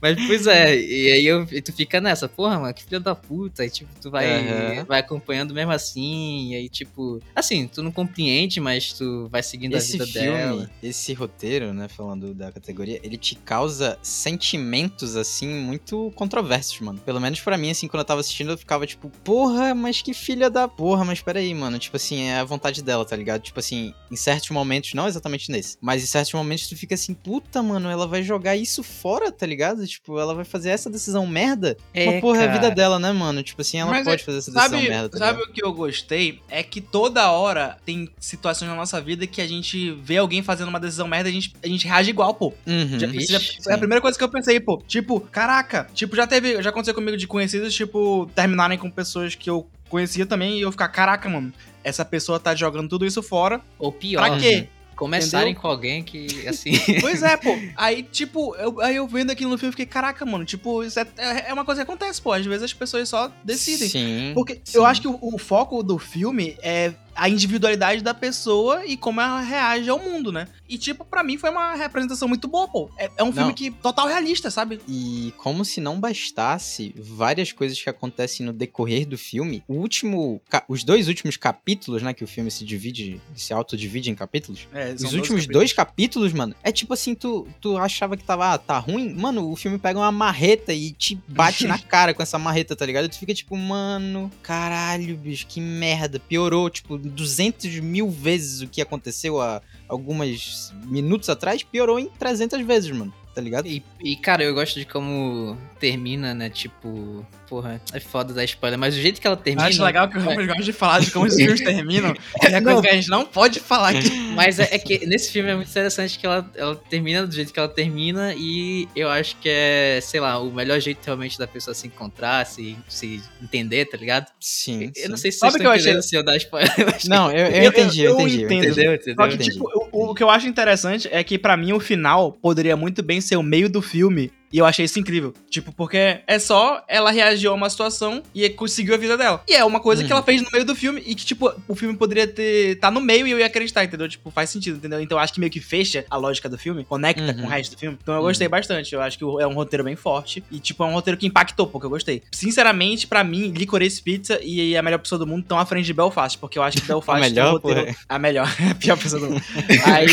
C: Mas, pois é, e aí eu, e tu fica nessa, porra, mano, que filha da puta. E, tipo, tu vai,
B: Aham.
C: vai acompanhando mesmo assim, e aí, tipo, assim, tu não compreende, mas tu vai seguindo
B: Esse
C: a vida
B: filme,
C: dela.
B: esse roteiro, né, falando da categoria, ele te causa sentimentos, assim, muito controversos, mano. Pelo menos pra mim, assim, quando eu tava assistindo, eu ficava tipo, porra, mas que filha da porra, mas peraí, mano. Tipo assim, é a vontade dela, tá ligado? Tipo assim, em certos momentos, não exatamente nesse, mas em certos momentos tu fica assim, puta, mano, ela vai jogar isso fora, tá ligado? Tipo, ela vai fazer essa decisão merda. mas porra, é a vida dela, né, mano? Tipo assim, ela
A: Mas é,
B: pode fazer essa decisão
A: Sabe,
B: merda, tá
A: sabe
B: ligado?
A: o que eu gostei? É que toda hora tem situações na nossa vida que a gente vê alguém fazendo uma decisão merda e a gente, a gente reage igual, pô.
B: Uhum,
A: Já- isso já-
B: sim.
A: foi a primeira coisa que eu pensei, pô. Tipo, caraca, tipo, já teve. Já aconteceu comigo de conhecidos, tipo, terminarem com pessoas que eu conhecia também e eu ficar, caraca, mano, essa pessoa tá jogando tudo isso fora.
C: Ou pior, né?
A: Pra quê?
C: começarem
A: Entendeu?
C: com alguém que, assim.
B: <laughs>
A: Pois é, pô. Aí, tipo, eu, aí eu vendo aquilo no filme, eu fiquei, caraca, mano, tipo, isso é, é uma coisa que acontece, pô. Às vezes as pessoas só decidem.
B: Sim.
A: Porque
B: sim.
A: eu acho que o, o foco do filme é a individualidade da pessoa e como ela reage ao mundo, né? E, tipo, pra mim foi uma representação muito boa, pô. É, é um filme
B: Não.
A: que total realista, sabe?
B: E como se não bastasse várias coisas que acontecem no decorrer do filme, o último, ca- os dois últimos capítulos, né, que o filme se divide, se autodivide em capítulos.
A: É,
B: Os últimos dois capítulos, mano, é tipo assim, tu, tu achava que tava, ah, tá ruim? Mano, o filme pega uma marreta e te bate
C: <laughs>
B: na cara com essa marreta, tá ligado? E tu fica tipo, mano, caralho, bicho, que merda. Piorou, tipo, 200 mil vezes o que aconteceu há algumas minutos atrás, piorou em 300 vezes, mano, tá ligado?
C: E, e, cara, eu gosto de como termina, né? Tipo, porra, é foda dar spoiler, mas o jeito que ela termina.
A: Acho legal que o Ramos gosta de falar de como
B: <laughs>
A: os filmes terminam. que É coisa que a gente não pode falar aqui.
C: Mas é, é que nesse filme é muito interessante que ela, ela termina do jeito que ela termina e eu acho que é, sei lá, o melhor jeito realmente da pessoa se encontrar, se, se entender, tá ligado?
B: Sim.
C: Eu não
B: sim.
C: sei se
A: Sabe
C: vocês
A: que eu
C: estão
A: achei-
C: entendendo se eu dar spoiler. <laughs> mas-
B: Não, eu, eu
A: Eu-
B: entendi,
A: eu- eu
B: eu, entendi.
A: entendo.
B: entendi.
C: Entendeu?
A: Só
C: Entendeu?
A: que,
B: Entendi.
A: tipo, o, o que eu acho interessante é que, pra mim, o final poderia muito bem ser o meio do filme. E eu achei isso incrível. Tipo, porque é só ela reagiu a uma situação e é conseguiu a vida dela. E é uma coisa que
B: Uhum.
A: ela fez no meio do filme e que, tipo, o filme poderia ter. tá no meio e eu ia acreditar, entendeu? Tipo, faz sentido, entendeu? Então eu acho que meio que fecha a lógica do filme, conecta
B: Uhum.
A: com o resto do filme. Então eu
B: Uhum.
A: gostei bastante. Eu acho que é um roteiro bem forte. E, tipo, é um roteiro que impactou, porque eu gostei. Sinceramente, pra mim, Licorice Pizza e a melhor pessoa do mundo estão à frente de Belfast, porque eu acho
B: <laughs>
A: que Belfast tem um
B: melhor,
A: roteiro- a melhor, <laughs> a pior pessoa do
B: <laughs>
A: mundo. Aí,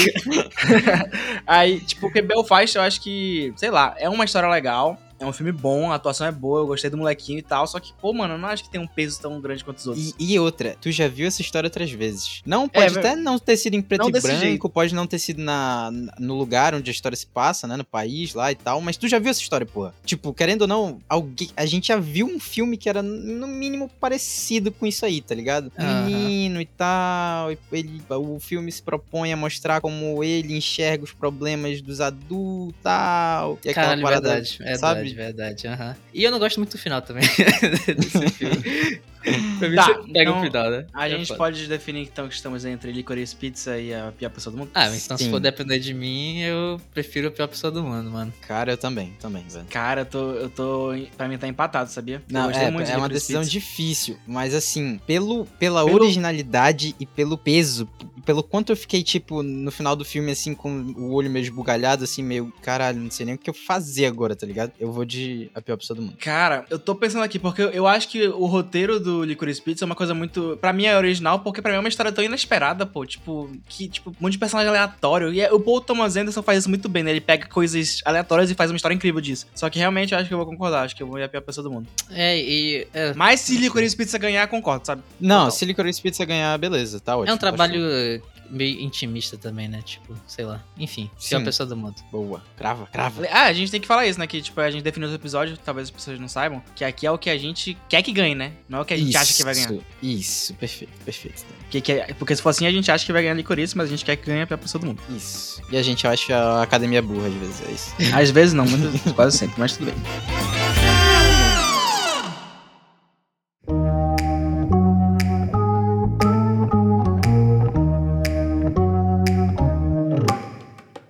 A: aí, <laughs> tipo, porque Belfast, eu acho que, sei lá, é uma história legal, é um filme bom, a atuação é boa, eu gostei do molequinho e tal, só que, pô, mano, eu não acho que tem um peso tão grande quanto os outros.
B: E, e outra, tu já viu essa história outras vezes. Não, pode
A: mas-
B: até não ter sido em preto
A: Não
B: e
A: desse
B: branco,
A: jeito.
B: pode não ter sido na, no lugar onde a história se passa, né? No país lá e tal, mas tu já viu essa história, porra. Tipo, querendo ou não, alguém, a gente já viu um filme que era no mínimo parecido com isso aí, tá ligado? Um
C: Aham.
B: Menino e tal, e ele, o filme se propõe a mostrar como ele enxerga os problemas dos adultos e tal. E aquela
C: Caralho,
B: parada,
C: verdade, verdade,
B: sabe?
C: verdade, aham. E eu não gosto muito do
A: <laughs>
C: final também <laughs> desse filme. pra mim,
A: Tá,
C: você pega
A: então,
C: o final, né?
A: A
C: É
A: gente
C: foda.
A: pode definir, então, que estamos entre Licorice Pizza e a pior pessoa do mundo?
C: Ah, então se
B: Sim.
C: for depender de mim, eu prefiro a pior pessoa do mundo, mano.
B: Cara, eu também, também, velho.
A: Cara, eu tô, eu tô. Pra mim tá empatado, sabia? eu
B: Não,
A: gostei
B: é,
A: muito um de
B: é uma
A: Licorice
B: decisão
A: Pizza.
B: difícil, mas assim, pelo, pela
A: Pelo-
B: originalidade e pelo peso, p- pelo quanto eu fiquei, tipo, no final do filme, assim, com o olho meio esbugalhado, assim, meio, caralho, não sei nem o que eu fazer agora, tá ligado? Eu vou de a pior pessoa do mundo.
A: Cara, eu tô pensando aqui, porque eu- eu acho que o roteiro do Licorice Pizza é uma coisa muito. Pra mim é original, porque pra mim é uma história tão inesperada, pô. Tipo, que, tipo, um monte de personagem aleatório. E é- o Paul Thomas Anderson faz isso muito bem, né? Ele pega coisas aleatórias e faz uma história incrível disso. Só que realmente eu acho que eu vou concordar, acho que eu vou ir a pior pessoa do mundo.
C: É, e. É,
A: Mas se Licorice Pizza ganhar, concordo, sabe?
B: Não,
A: Total.
B: se Licorice Pizza ganhar, beleza, tá ótimo.
C: é um
B: tá
C: trabalho eh, meio intimista também, né? Tipo, sei lá. Enfim, pior
B: Sim.
C: pessoa do mundo.
B: show. Boa, crava, crava.
A: Ah, a gente tem que falar isso, né? Que, tipo, a gente definiu o episódio, talvez as pessoas não saibam, que aqui é o que a gente quer que ganhe, né? Não é o que a gente acha que vai ganhar.
B: Isso, perfeito, perfeito. tá?
A: Que- que- porque se for assim, a gente acha que vai ganhar Licorice, mas a gente quer que ganhe a pior pessoa do mundo.
B: Isso. E a gente acha a academia burra às vezes, é isso.
A: Às vezes não, muitas, quase sempre, mas tudo bem.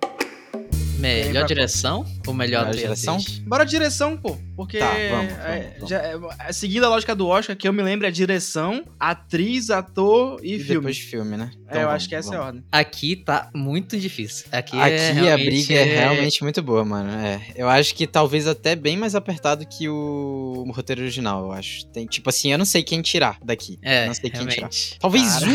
A: Vem pra
C: Melhor
A: cá.
C: direção ou melhor
B: Melhor
C: atriz?
B: direção?
A: Bora direção, pô. Porque.
B: Tá, vamos,
A: é,
B: vamos,
A: já- é, seguindo a lógica do Oscar, que eu me lembro é direção, atriz, ator e,
B: E,
A: filme.
B: depois filme, né?
A: É,
B: Então
A: eu
B: vamos,
A: acho que essa é
B: vamos.
A: a ordem.
C: Aqui tá muito difícil. Aqui, é
B: Aqui a
C: realmente-
B: briga é realmente muito boa, mano. É, eu acho que talvez até bem mais apertado que o, o roteiro original, eu acho. Tem, tipo assim, eu não sei quem tirar daqui.
C: É,
B: não sei quem tirar.
C: realmente.
B: Talvez
A: Cara.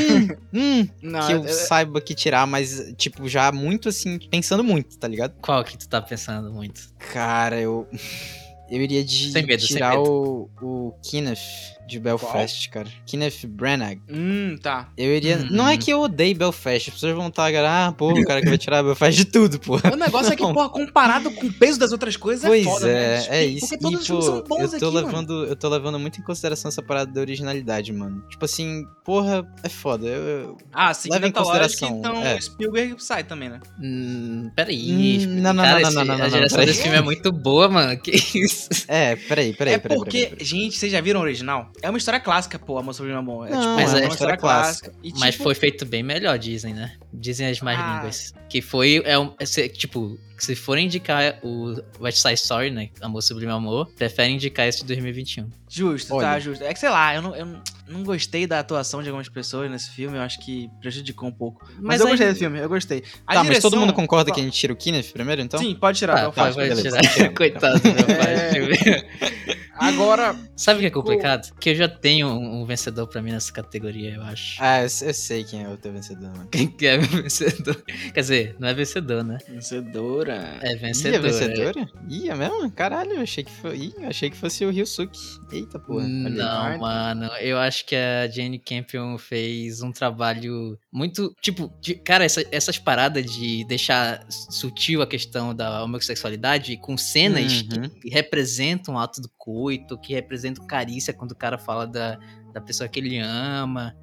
B: um, um
A: Não, é,
B: que eu
A: eu-
B: saiba que tirar, mas, tipo, já muito assim, pensando muito, tá ligado?
C: Qual que tu tá pensando muito?
B: Cara, eu. <laughs> Eu iria de
C: Sem medo, sem
B: tirar
C: medo.
B: O, o Kenneth de Belfast, cara. Kenneth Branagh.
A: Hum,
B: <laughs>
A: tá.
B: Eu iria.
C: Hum.
B: Não é que eu odeio Belfast, as pessoas vão estar, ah, pô, o cara que vai tirar Belfast de tudo, pô.
A: O negócio é que, porra, comparado com o peso das outras coisas,
B: Pois
A: é foda,
B: é,
A: né?
B: é
A: Tipo,
B: isso.
A: Porque todos
B: E,
A: os filmes
B: pô,
A: são bons
B: eu tô
A: aqui, mano.
B: levando, Eu tô levando muito em consideração essa parada da originalidade, mano. Tipo assim, porra, é foda. Eu, eu-
A: Ah, sim,
B: Leva em
A: tanta lógica,
B: consideração,
A: então
B: é.
A: Spielberg sai também, né?
C: Hum, peraí.
B: Hum, não, não, não,
C: cara,
B: não,
C: esse-
B: não, não,
C: A
B: não,
C: geração
B: peraí.
C: desse filme é muito boa, mano. <laughs> Que isso?
B: É, peraí, peraí,
A: é
B: peraí.
A: porque,
B: peraí, peraí.
A: gente, vocês já viram o original? É uma história clássica, pô, a moça do Amor. É,
B: Não,
A: tipo,
C: mas é
A: uma
C: uma
B: história clássica.
A: E,
C: Mas
A: tipo,
C: foi feito bem melhor, dizem, né? Dizem as mais
A: Ah.
C: línguas. Que foi. É um, é se- tipo, se forem indicar o West Side Story, né? Amor Sublime Amor, preferem indicar esse de 2021.
A: Justo, tá,
B: Olha.
A: justo. É que sei lá, eu não, eu não- não gostei da atuação de algumas pessoas nesse filme, eu acho que prejudicou um pouco. Mas, eu
C: aí-
A: gostei do filme, eu gostei. A
B: Tá, mas todo
A: direção-
B: mundo concorda que
A: Fa-
B: a gente tira o Kenneth primeiro, então?
A: Sim, pode tirar.
C: Tá,
A: eu
C: tá,
A: faço.
C: vai
B: beleza,
C: <laughs> tirar.
B: tira.
C: Coitado, meu
A: É. Tipo,
C: pai.
A: tá. Agora,
C: Sabe o que é complicado? Que eu já tenho um, um vencedor pra mim nessa categoria, eu acho.
B: Ah, eu, eu sei quem é o teu vencedor, mano.
C: <laughs> Quem que é vencedor? Quer dizer, não é vencedor, né?
A: vencedora.
C: É
B: Ih, é
C: vencedor.
B: vencedora? Ih, é mesmo? Caralho, eu achei que, foi... Ih, eu achei que fosse o Ryusuke. Eita, porra. Olha aí.
C: Hum, Não, mano, eu acho que a Jane Campion fez um trabalho muito. Tipo, de- cara, essa- essas paradas de deixar sutil a questão da homossexualidade com cenas
B: Uhum.
C: que representam o ato do coito, que representam carícia quando o cara fala da, da pessoa que ele ama.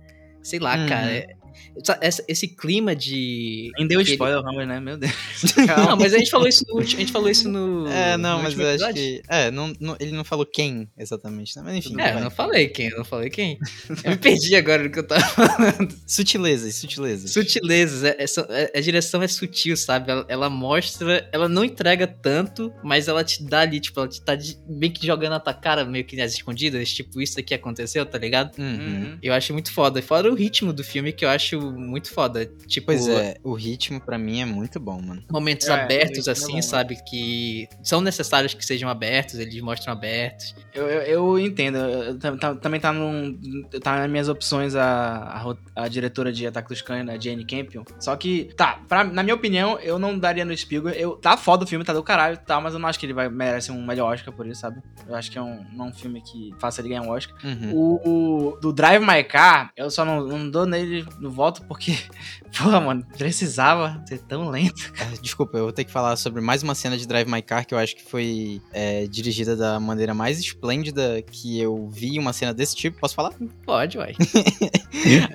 C: Sei lá,
B: Uhum.
C: cara. é- essa- essa- esse clima de.
A: Nem deu
C: Ele-
A: spoiler, Ramos, né? Meu <laughs> Deus.
C: <laughs> Não, mas a gente falou isso no. ulti- A gente falou isso no
B: É, não,
C: no
B: mas
C: último
B: eu acho
C: episódio.
B: que. É, não, não- ele não falou quem exatamente, né? Mas enfim.
C: É, eu
B: vai.
C: não falei quem, eu não falei quem. Eu me perdi agora no que eu tava
B: Sutilezas, sutilezas.
C: Sutilezas, é- é só- é- a direção é sutil, sabe? Ela, ela mostra, ela não entrega tanto, mas ela te dá ali, tipo, ela te tá de- meio que jogando na tua cara, meio que nas escondidas, tipo, isso aqui aconteceu, tá ligado?
B: Uhum.
A: Uhum.
C: Eu acho muito foda. Fora o ritmo do filme, que eu acho muito foda. Tipo,
B: Pois é, o ritmo pra mim é muito bom, mano.
C: momentos
A: É,
C: abertos,
A: isso é
C: assim,
A: bom, né?
C: sabe? Que são necessários que sejam abertos, eles mostram abertos.
A: Eu, eu, eu entendo. eu- eu tam- tam- também tá, num, tá nas minhas opções a, a, ro- a diretora de Ataque dos Cães, a Jane Campion. Só que, tá, pra- na minha opinião, eu não daria no Spielberg. Eu, tá foda o filme, tá do caralho, tá, mas eu não acho que ele vai merece um melhor Oscar por isso, sabe? Eu acho que é um, não um filme que faça ele ganhar um Oscar.
B: Uhum.
A: O, o do Drive My Car, eu só não, não dou nele no voto porque, <laughs> porra, mano, precisava ser tão lento.
B: Ah, Desculpa, eu vou ter que falar sobre mais uma cena de Drive My Car que eu acho que foi é, dirigida da maneira mais esplêndida que eu vi uma cena desse tipo. Posso
C: <laughs>
B: falar?
C: Pode, uai.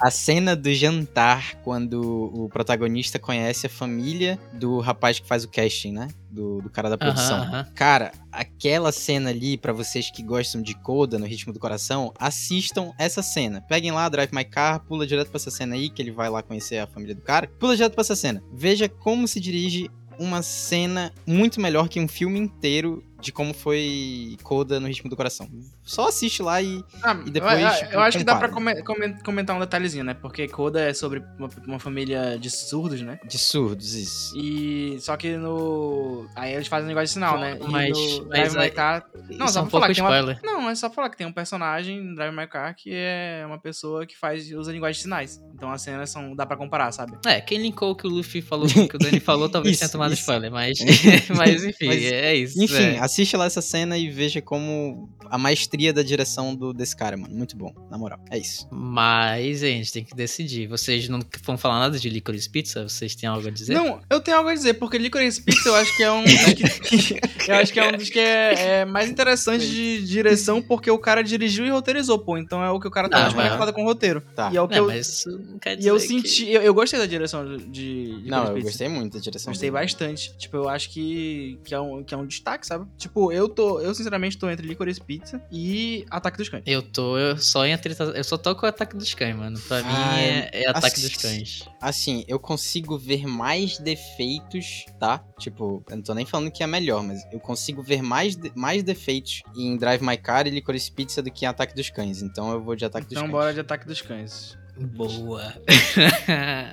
B: A cena do jantar, quando o protagonista conhece a família do rapaz que faz o casting, né? Do, do cara da produção.
C: Aham, aham.
B: Cara, aquela cena ali, pra vocês que gostam de Coda no ritmo do coração, assistam essa cena. Peguem lá, Drive My Car, pula direto pra essa cena aí, que ele vai lá conhecer a família do cara. Pula direto pra essa cena. Veja como se dirige uma cena muito melhor que um filme inteiro de como foi Coda no ritmo do coração. só assiste lá e.
A: Ah,
B: E depois,
A: eu, eu
B: tipo,
A: acho que dá pra
B: compara.
A: come- come- comentar um detalhezinho, né? Porque Coda é sobre uma, uma família de surdos, né?
B: De surdos, isso.
A: E só que no. Aí eles fazem um negócio de sinal, né? E
C: Mas-
A: no
C: mas
A: Drive My
C: aí-
A: Car. Não,
C: Isso
A: só
C: é um
A: pra falar
C: pouco
A: que tem uma-
C: spoiler.
A: Não, é só falar que tem um personagem no Drive My Car que é uma pessoa que faz usa linguagem de sinais. Então as cenas são. dá pra comparar, sabe?
C: É, quem linkou o que o Luffy falou, o que o Dani falou, talvez <laughs>
B: Isso,
C: tenha tomado
B: isso.
C: spoiler, mas, mas enfim,
B: Mas,
C: é isso.
B: Enfim,
C: é.
B: assiste lá essa cena e veja como a maestria da direção do, desse cara, mano. Muito bom, na moral. É isso.
C: Mas, gente, tem que decidir. Vocês não vão falar nada de Licorice Pizza? Vocês têm algo a dizer?
A: Não, eu tenho algo a dizer, porque Licorice Pizza eu acho que é um. dos que- <laughs> que- eu acho que é um dos que é, é mais interessante de direção, porque o cara dirigiu e roteirizou, pô. Então é o que o cara tá
C: Ah,
A: mais conectado com o roteiro.
B: Tá.
A: E é o que
C: Não,
A: eu.
C: mas isso não quer
A: E
C: dizer
A: eu
C: que-
A: senti. Eu, eu gostei da direção de, de
B: Não,
A: Licorice
B: eu
A: Pizza.
B: gostei muito da direção.
A: Gostei
B: dele.
A: bastante. Tipo, eu acho que, que, é um, que é um destaque, sabe? Tipo, eu tô. Eu sinceramente tô entre Licorice Pizza e Ataque dos Cães.
C: Eu tô eu só em atrita... Eu só tô com o Ataque dos Cães, mano. Pra mim
B: Ai,
C: é, é Ataque
B: Ah, assisti.
C: dos Cães.
B: Assim, eu consigo ver mais defeitos, tá? Tipo, eu não tô nem falando que é melhor, mas eu consigo ver mais, de- mais defeitos em Drive My Car e Licorice Pizza do que em Ataque dos Cães. Então eu vou de Ataque
A: Então
B: dos
A: bora
B: Cães.
A: de Ataque dos Cães.
C: Boa.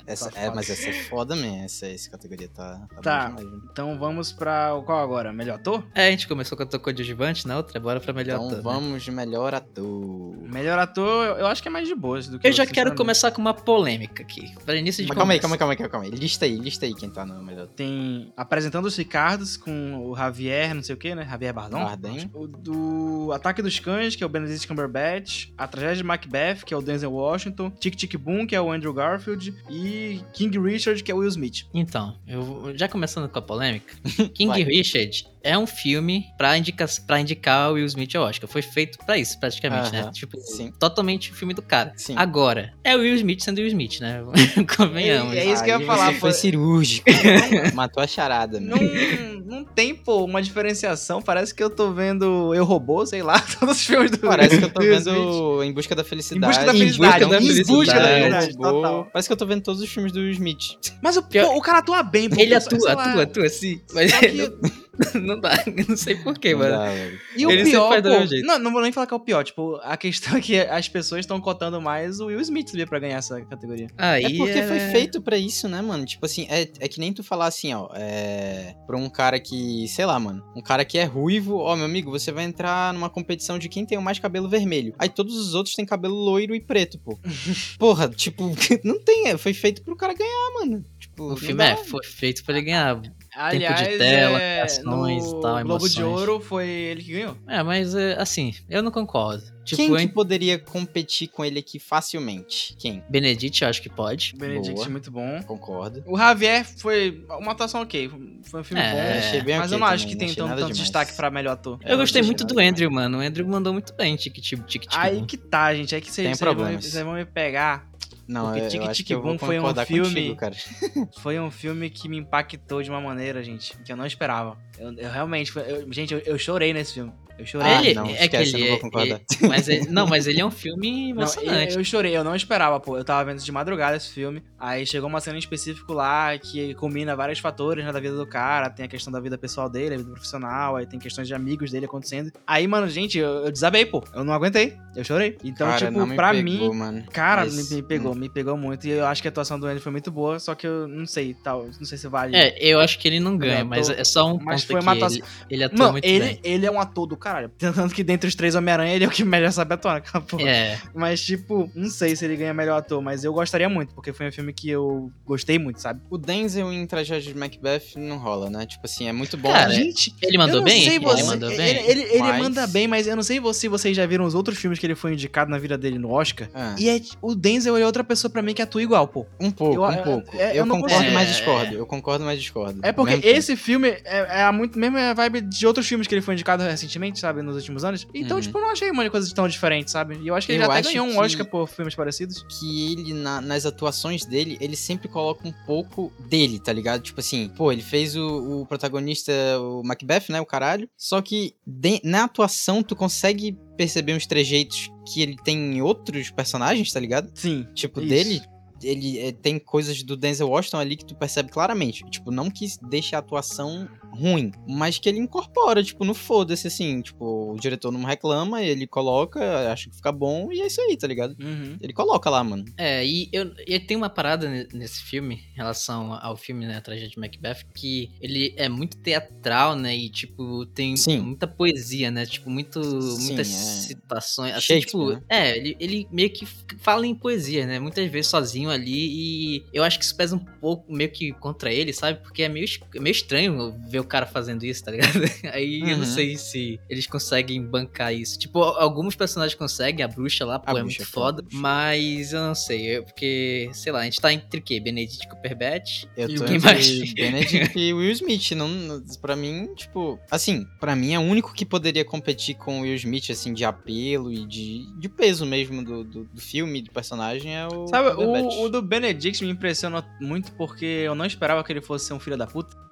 B: Essa,
A: Tá
B: é,
A: foda.
B: mas essa é foda mesmo. Essa, essa categoria tá. Tá.
A: Tá.
B: bom demais, né?
A: Então vamos pra. Qual agora? Melhor ator?
C: <laughs> é, a gente começou com a Tocô de Gigante na outra, bora pra melhor
B: Então
C: ator, né?
B: vamos de melhor ator.
A: Melhor ator, eu- eu acho que é mais de boas do que
C: Eu já
A: outro,
C: quero
A: sinceramente.
C: começar com uma polêmica aqui. Pra início de
B: Mas calma aí, calma aí,
C: conversa.
B: calma aí, calma aí, calma aí. Lista aí, lista aí quem tá no melhor
A: Tem apresentando os Ricardos com o Javier, não sei o que, né? Javier Bardon.
B: Bardem.
A: O do Ataque dos Cães, que é o Benedict Cumberbatch, A Tragédia de Macbeth, que é o Denzel Washington, Tic Tic Boom, que é o Andrew Garfield, e King Richard, que é o Will Smith.
C: Então, eu vou- já começando com
B: <laughs>
C: a polêmica, King
B: Vai.
C: Richard é um filme pra indicar, pra indicar o Will Smith ao Oscar. Foi feito pra isso, praticamente,
B: Aham,
C: né? Tipo,
B: sim.
C: totalmente o filme do cara.
B: Sim.
C: Agora, é o Will Smith sendo Will Smith, né? <laughs> Convenhamos.
A: É, é isso que eu ia
B: Aí
A: falar,
B: você Foi
A: pô. <laughs>
B: cirúrgico. Matou a charada,
A: Não,
C: <laughs>
B: meu.
A: não tem, pô, uma diferenciação. Parece que eu tô vendo Eu Robô, sei lá, <laughs> todos os filmes do
B: Parece que eu tô
A: do Will Smith.
B: vendo Em Busca da Felicidade.
A: Busca da
B: Em
A: Felicidade,
B: Busca da
A: Em Busca da
B: Felicidade,
A: Felicidade,
B: boa.
A: total.
B: Parece que eu tô vendo todos os filmes do Will Smith.
A: Mas o,
C: Pior-
A: pô, o cara atua bem, pô.
C: Ele
A: Só-
C: atua,
A: sei lá.
C: atua, atua, sim. Mas
A: Só que-
C: <laughs> não dá, eu não sei porquê,
B: Não
C: mano.
B: dá, velho.
A: E o
C: Ele sempre
A: pior,
C: faz do mesmo
A: pô,
C: jeito.
A: não, não vou nem falar que é o pior, tipo, a questão é que as pessoas estão cotando mais o Will Smith sabia, pra ganhar essa categoria.
C: Aí
B: É porque foi feito pra isso, né, mano? Tipo assim, é, é que nem tu falar assim, ó, é, pra um cara que, sei lá, mano, um cara que é ruivo, ó, meu amigo, você vai entrar numa competição de quem tem o mais cabelo vermelho. Aí todos os outros têm cabelo loiro e preto,
C: <laughs>
B: pô. Porra, tipo, <laughs> não tem, é, foi feito pro cara ganhar, mano. Tipo,
C: O
B: não
C: filme
B: dá.
C: é, foi feito pra ele ganhar.
A: Aliás,
C: tela,
A: é,
C: reações
A: no
C: e tal,
A: Globo
C: emoções.
A: de Ouro foi ele que ganhou.
C: É, mas é, assim, eu não concordo. Tipo,
B: Quem
C: eu
B: que
C: ent-
B: poderia competir com ele aqui facilmente? Quem?
C: Benedict, eu acho que pode.
A: Benedict,
B: Boa.
A: muito bom.
B: Concordo.
A: O Javier foi uma atuação ok, foi um filme
C: É,
A: bom.
B: achei bem
A: mas
B: ok
A: eu não acho
B: também,
A: que
B: não
A: tem
B: achei
A: tanto,
B: nada
A: tanto
B: demais.
A: destaque pra melhor ator.
B: É,
C: Eu gostei
B: não
C: muito
B: achei
C: do
B: nada
C: Andrew, mano. O Andrew mandou muito bem, tique tique tique tique.
A: Aí que tá, gente, é que
B: Tem
A: vocês vocês vão, me-
B: problemas.
A: vocês vão me pegar.
B: Não,
A: Porque
B: eu,
A: Tic
B: eu acho
A: Tic
B: que eu vou
A: Boom foi um
B: concordar
A: filme-
B: contigo, cara.
A: Foi um filme que me impactou de uma maneira, gente, que eu não esperava. Eu, eu realmente, foi- eu- gente, eu, eu chorei nesse filme. Eu chorei.
C: Ah, ele-
B: não,
C: é que
B: esquece, eu
C: ele
B: não vou
C: é-
B: concordar.
C: Mas ele- não, mas ele é um filme
A: Não,
C: emocionante.
A: eu, eu chorei, eu não esperava, pô. Eu tava vendo de madrugada esse filme. Aí chegou uma cena em específico lá que combina vários fatores né, da vida do cara. Tem a questão da vida pessoal dele, a vida profissional, aí tem questões de amigos dele acontecendo. Aí, mano, gente, eu, eu desabei, pô. Eu não aguentei. Eu chorei. Então,
B: Cara, não
A: tipo,
B: me
A: pra
B: pegou,
A: mim.
B: mano.
A: Cara,
B: Mas-
A: me, me pegou,
C: hum.
A: me pegou muito. E eu acho que a atuação do Andy foi muito boa, só que eu não sei, tal. Não sei se vale.
C: É, eu acho que ele não ganha,
A: Ele
C: mas
A: atua-
C: é só um
A: mas
C: ponto
A: foi
C: que
A: uma atuação-
C: ele, ele atua
A: Mano,
C: muito
A: ele,
C: bem.
A: ele é um ator do caralho. <laughs> Tanto que dentre os três Homem-Aranha, ele é o que melhor sabe atuar, <laughs> aquela porra.
C: É,
A: Mas, tipo, não sei se ele ganha melhor ator, mas eu gostaria muito, porque foi um filme que eu gostei muito, sabe?
B: O Denzel em Tragédia de Macbeth não rola, né? Tipo assim, é muito bom.
C: Cara,
B: né?
A: Gente,
C: ele mandou
A: eu não
C: bem?
A: sei você- é,
C: Ele mandou bem?
A: Ele, ele, ele
B: Mas-
A: manda bem, mas eu não sei vo- se vocês já viram os outros filmes que ele foi indicado na vida dele no Oscar.
B: Ah,
A: E é, o Denzel é outra pessoa pra mim que atua igual, pô.
B: um pouco,
A: eu-
B: um pouco.
A: é- eu
B: eu
A: não
B: concordo,
C: consigo.
B: mas
C: É.
B: discordo. Eu concordo, mas discordo.
A: É porque
B: Ao mesmo
A: esse filme é, é a muito mesma vibe de outros filmes que ele foi indicado recentemente, sabe, nos últimos anos. Então,
B: Uhum.
A: tipo, eu não achei uma coisa tão diferente, sabe? E eu acho que ele
B: Eu
A: já até
B: acho
A: ganhou um
B: que-
A: Oscar por filmes parecidos.
B: tempo que ele, na- nas atuações dele, ele sempre coloca um pouco dele, tá ligado? Tipo assim, pô, ele fez o, o protagonista, o Macbeth, né? O caralho. Só que de- na atuação, tu consegue perceber uns trejeitos que ele tem em outros personagens, tá ligado?
A: Sim.
B: tipo,
A: Isso.
B: dele, eh, ele é, tem coisas do Denzel Washington ali que tu percebe claramente. Tipo, não que deixe a atuação ruim, mas que ele incorpora, tipo, no foda-se, assim, tipo, o diretor não reclama, ele coloca, acha que fica bom, e é isso aí, tá ligado?
A: Uhum.
B: Ele coloca lá, mano.
C: É, e eu, e tem uma parada ne- nesse filme, em relação ao filme, né, a tragédia de Macbeth, que ele é muito teatral, né, e, tipo, tem
B: Sim.
C: muita poesia, né, tipo, muito,
B: Sim, é.
C: muitas citações, assim,
B: Shakespeare,
C: tipo,
B: né?
C: é, ele, ele meio que f- fala em poesia, né, muitas vezes sozinho ali, e eu acho que isso pesa um pouco, meio que contra ele, sabe, porque é meio, es- é meio estranho ver o cara fazendo isso, tá ligado? <laughs> Aí eu
B: Uhum.
C: não sei se eles conseguem bancar isso, tipo, al- alguns personagens conseguem, a bruxa lá, pô,
B: A
C: é
B: bruxa,
C: muito
B: pô, a
C: foda,
B: bruxa.
C: mas eu não sei, eu- porque, sei lá, a gente tá entre o quê? Benedict
A: <laughs>
C: Cumberbatch?
B: Eu
A: E
B: tô
A: quem
B: entre
A: <laughs>
C: mais?
B: Benedict e Will Smith. Não, não- pra mim, tipo, assim, pra mim é o único que poderia competir com o Will Smith, assim, de apelo e de, de peso mesmo do, do, do filme, do personagem, é o.
A: Sabe,
B: Cumberbatch.
A: o, o do Benedict me impressiona muito porque eu não esperava que ele fosse ser um filho da puta.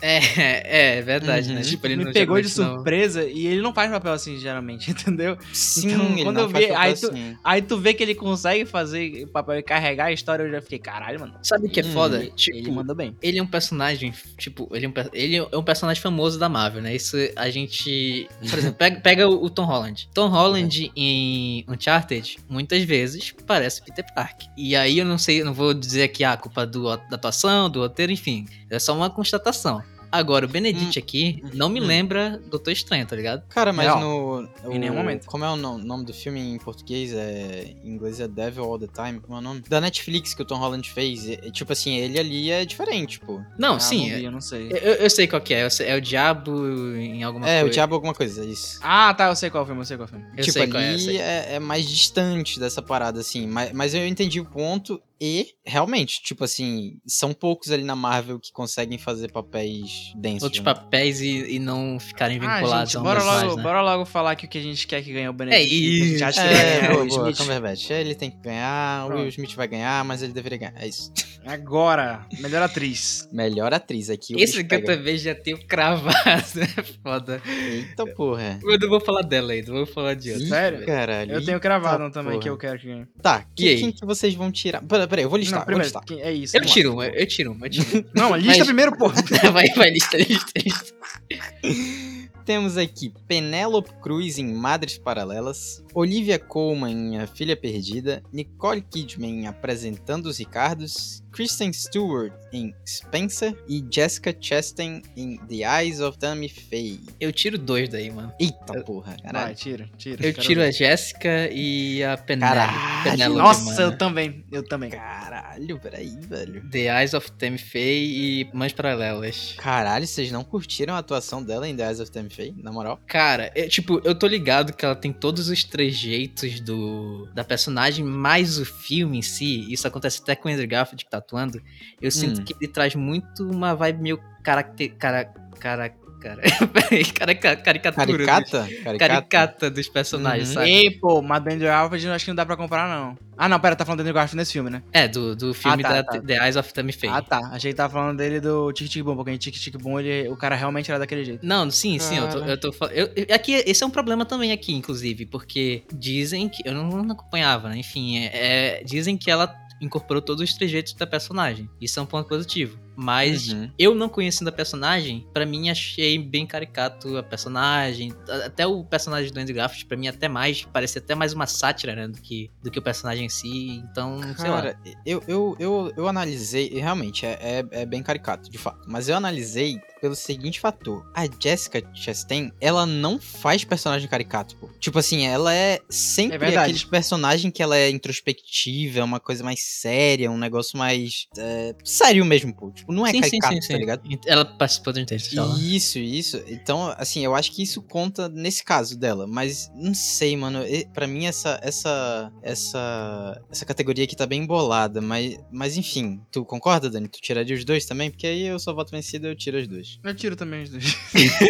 C: É, é, é verdade,
B: Uhum.
C: né? Tipo, ele
A: me
C: não
A: pegou de
C: geralmente não-
A: surpresa e ele não faz papel assim, geralmente, <laughs> entendeu?
B: Sim,
A: Então,
B: ele
A: quando
B: não
A: eu
B: faz
A: vi,
B: papel
A: aí tu-
B: assim.
A: Aí tu vê que ele consegue fazer papel e carregar a história, eu já fiquei, caralho, mano.
C: Sabe o que é
B: Hum,
C: foda?
A: Ele,
C: tipo,
A: ele mandou bem.
C: ele é um personagem, tipo, ele é um, per- ele é um personagem famoso da Marvel, né? Isso a gente. Por exemplo, pega, pega o, o Tom Holland. Tom
A: Uhum.
C: Holland em Uncharted, muitas vezes, parece Peter Park. E aí eu não sei, eu não vou dizer aqui ah, a culpa do, da atuação, do roteiro, enfim. É só uma constatação. Agora, o Benedict aqui não me
B: hum.
C: lembra Doutor Estranho, tá ligado?
B: Cara, mas
A: Real.
B: no. o-
A: Em nenhum momento.
B: Como é o no- nome do filme em português? É, em inglês é Devil All the Time. Como é o nome? Da Netflix que o Tom Holland fez. e- e, tipo assim, ele ali é diferente, pô.
C: Não,
A: Ah,
C: sim.
A: Não
C: é-
A: vi, eu não sei.
C: eu, eu sei qual que é. eu sei- é o diabo em alguma
B: é,
C: coisa.
B: o Diabo alguma coisa, é isso.
A: Ah, tá, eu sei qual filme, eu sei qual filme.
C: Eu
B: tipo,
C: sei
B: ali
C: qual é, eu sei.
B: é, é mais distante dessa parada, assim. Mas, mas eu entendi o ponto e, realmente, tipo assim, são poucos ali na Marvel que conseguem fazer papéis densos.
C: Outros
B: né?
C: papéis e, e não ficarem
A: Ah,
C: vinculados
A: gente,
C: a um
A: bora
C: personagem,
A: logo,
C: né?
A: bora logo falar que o que a gente quer que ganhe o Benedict.
C: É
A: que a gente
C: isso.
A: acha que vai
B: É,
C: <laughs>
A: ganhar o
B: boa, boa,
A: Smith.
B: Cumberbatch. É, Ele tem que ganhar, o Will
A: Pronto.
B: Smith vai ganhar, mas ele deveria ganhar. É isso.
A: Agora, melhor atriz.
B: Melhor atriz aqui. o
C: Esse
B: bicho
C: que eu
B: pega.
C: também já tenho cravado, <laughs> é foda.
B: Eita porra.
C: Eu não vou falar dela ainda, vou falar de outra.
B: Ih,
A: sério?
B: Caralho.
A: Eu tenho cravado um
B: Eita
A: também que eu
B: porra.
A: quero que ganhe.
B: Tá, que-
C: E aí?
B: quem que vocês vão tirar? Pera, peraí, eu vou
A: não,
B: listar. vou
A: primeiro,
B: listar.
A: quem- é isso.
C: Eu
A: vamos lá.
C: tiro uma, eu tiro uma, eu tiro
B: <laughs>
A: Não, lista é
C: Mas-
A: primeiro, pô.
C: uma. vai, vai, lista, lista, lista.
B: Temos aqui Penélope Cruz em Madres Paralelas, Olivia Colman em A Filha Perdida, Nicole Kidman em Apresentando os Ricardos, Kristen Stewart em Spencer e Jessica Chastain em The Eyes of Tammy Faye.
C: Eu tiro dois daí, mano.
B: Eita porra, caralho.
A: Vai, tira, tira.
C: Eu
A: quero
C: tiro
A: ver.
C: a Jéssica e a
B: Caralho.
C: Penélope. Penélope,
A: Nossa, eu
C: mano.
A: também, eu também.
B: Caralho, peraí, velho.
C: The Eyes of Tammy Faye e Mães Paralelas.
B: Caralho, vocês não curtiram a atuação dela em The Eyes of Tammy Faye? Na moral?
C: Cara, é, tipo, eu tô ligado que ela tem todos os trejeitos do da personagem, mas o filme em si, isso acontece até com o Andrew Garfield que tá atuando, eu sinto
B: Hum.
C: que ele traz muito uma vibe meio caracter... Cara, cara, cara, <laughs> peraí, carica- caricatura. dos-
B: Caricata?
C: caricata dos personagens,
B: Uhum.
C: sabe?
A: Ei, pô, mas do Andrew Garfield eu acho que não dá pra comparar, não. Ah, não, pera, tá falando do Andrew Garfield nesse filme, né?
C: É, do, do filme
A: Ah, tá,
C: da
A: tá.
C: The Eyes of Tammy Faye.
A: Ah, tá. Achei que tava falando dele do Tic Tic Boom, porque em Tic Tic Boom ele, o cara realmente era daquele jeito.
C: Não, sim, sim, eu tô,
B: Cara.
C: eu tô falando. Aqui, esse é um problema também aqui, inclusive, porque dizem que. Eu não, não acompanhava, né? Enfim, é- é- dizem que ela incorporou todos os trejeitos da personagem. Isso é um ponto positivo. Mas
B: Uhum.
C: eu não conhecendo a personagem, pra mim achei bem caricato a personagem. A- Até o personagem do Andy Garfield, pra mim, até mais. Parecia até mais uma sátira, né? Do que, do que o personagem em si. Então, sei lá.
B: Cara, eu, eu, eu, eu analisei, e realmente, é, é, é bem caricato, de fato. Mas eu analisei pelo seguinte fator. A Jessica Chastain, ela não faz personagem caricato, pô. Tipo assim, ela é
A: É
B: sempre
A: verdade.
B: aquele personagem que ela é introspectiva, é uma coisa mais séria, um negócio mais... é, sério mesmo, pô. Tipo, não é caricato, tá ligado?
C: Ela participou do texto dela.
B: Isso, isso. Então, assim, eu acho que isso conta nesse caso dela, mas não sei, mano. E- Pra mim essa essa essa essa categoria aqui tá bem embolada, mas mas enfim, tu concorda, Dani? Tu tiraria os dois também? Porque aí eu só voto vencido, eu tiro
A: <laughs>
B: os dois.
A: Eu tiro também os dois.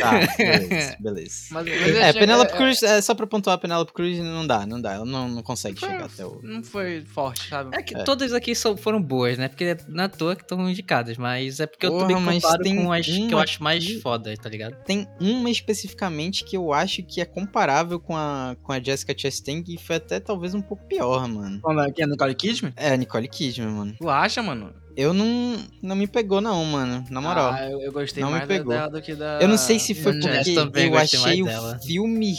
B: Tá, beleza. beleza.
A: <laughs> Mas, mas eu
B: É,
A: achei-
B: Penelope
A: é,
B: Cruz, é, só pra pontuar, Penelope Cruz não dá, não dá. Ela não, não consegue
A: Foi- um
B: chegar até o.
A: é, Não foi forte, sabe?
C: É que
B: É.
C: todas aqui são, foram boas, né? Porque não é à toa que estão indicadas, mas é porque eu
B: Porra,
C: também
B: mas
C: comparo
B: tem
C: com as que eu
B: uma
C: acho mais
B: aqui.
C: foda, tá ligado?
B: Tem uma especificamente que eu acho que é comparável com a, com a Jessica Chastain, que foi até talvez um pouco pior, mano.
A: Quando aqui é Nicole Kidman?
B: É a Nicole Kidman, mano.
A: Tu acha, mano?
B: Eu não, não me pegou, não, mano. Na moral.
A: Ah, eu, eu gostei
B: Não me
A: mais da-
B: pegou.
A: dela do que da.
B: eu não sei se foi
A: da
C: Jess
B: porque
A: Jess.
C: também
B: eu
C: gostei
B: achei
C: mais
B: o
C: dela.
B: filme.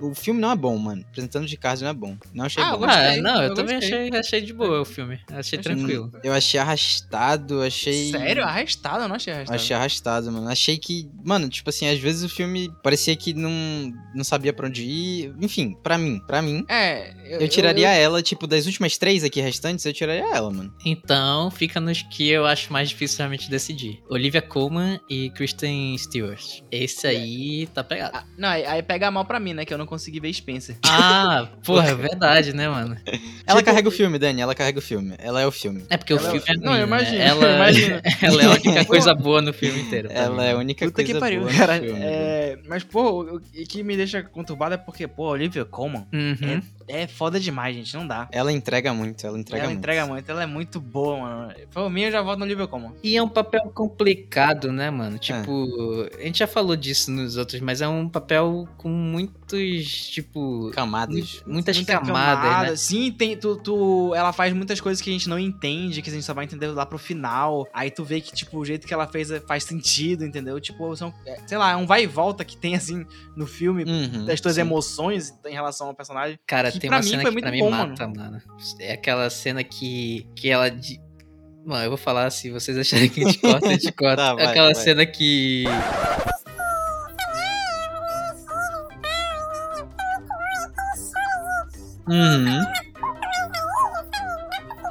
B: O filme não é bom, mano. Apresentando de Cards não é bom. Não achei
A: Ah,
B: bom.
A: eu gostei,
C: ah, não, eu,
A: eu
C: também
A: gostei.
C: achei, achei de boa o filme.
A: Achei
C: Achei tranquilo.
B: Eu achei arrastado, achei.
A: Sério? Arrastado? Eu não achei arrastado.
B: Achei arrastado, mano. Achei que, mano, tipo assim, às vezes o filme parecia que não, não sabia pra onde ir. Enfim, pra mim, pra mim.
A: É.
B: Eu tiraria ela, tipo, das últimas três aqui restantes, eu tiraria ela, mano.
C: Então, fica nos que eu acho mais difícil realmente decidir. Olivia Colman e Kristen Stewart. Esse aí tá pegado.
A: Ah, Não, aí, aí pega mal pra mim, né? Que eu não consegui ver Spencer.
C: Ah, porra, é verdade, né, mano?
A: Tipo,
B: Ela carrega o filme, Dani, ela carrega o filme. Ela é o filme.
C: É porque
A: Ela-
C: o filme é ruim,
A: Não, eu
C: né?
A: imagino,
C: Ela,
A: <laughs> eu imagino.
C: <laughs> ela é a única coisa boa no filme inteiro. pra mim.
B: Ela é a única
A: Puta
B: coisa
A: que pariu,
B: boa
A: <laughs>
B: no
A: cara.
B: filme.
A: É, mas, pô, o o que me deixa conturbado é porque, pô, a Olivia Colman
C: Uhum.
A: é foda demais, gente. Não dá.
B: Ela entrega muito, ela entrega
A: ela
B: muito.
A: entrega muito, ela é muito boa, mano. Por mim, eu já voto no Olivia Colman.
C: E é um papel complicado, né, mano? Tipo, a gente já falou disso nos outros, mas é um papel com muitos, tipo,
B: Camadas.
C: muitas
A: Muita
C: camadas,
A: camada.
C: né?
A: Sim, tem, tu, tu- ela faz muitas coisas que a gente não entende, que a gente só vai entender lá pro final. Aí tu vê que, tipo, o jeito que ela fez é- faz sentido, entendeu? Tipo, são, é, sei lá, é um vai e volta que tem, assim, no filme,
B: Uhum,
A: das tuas
B: sim.
A: emoções em relação ao personagem.
C: Cara,
A: Que
C: tem
A: pra
C: uma
A: mim
C: cena
A: foi
C: que pra mim
A: muito bom,
C: mata, mano. É aquela cena que, que ela. di- Mano, eu vou falar se vocês acharem que a gente corta, a gente corta.
B: Tá, vai,
C: é aquela
B: vai.
C: cena que.
B: Uhum.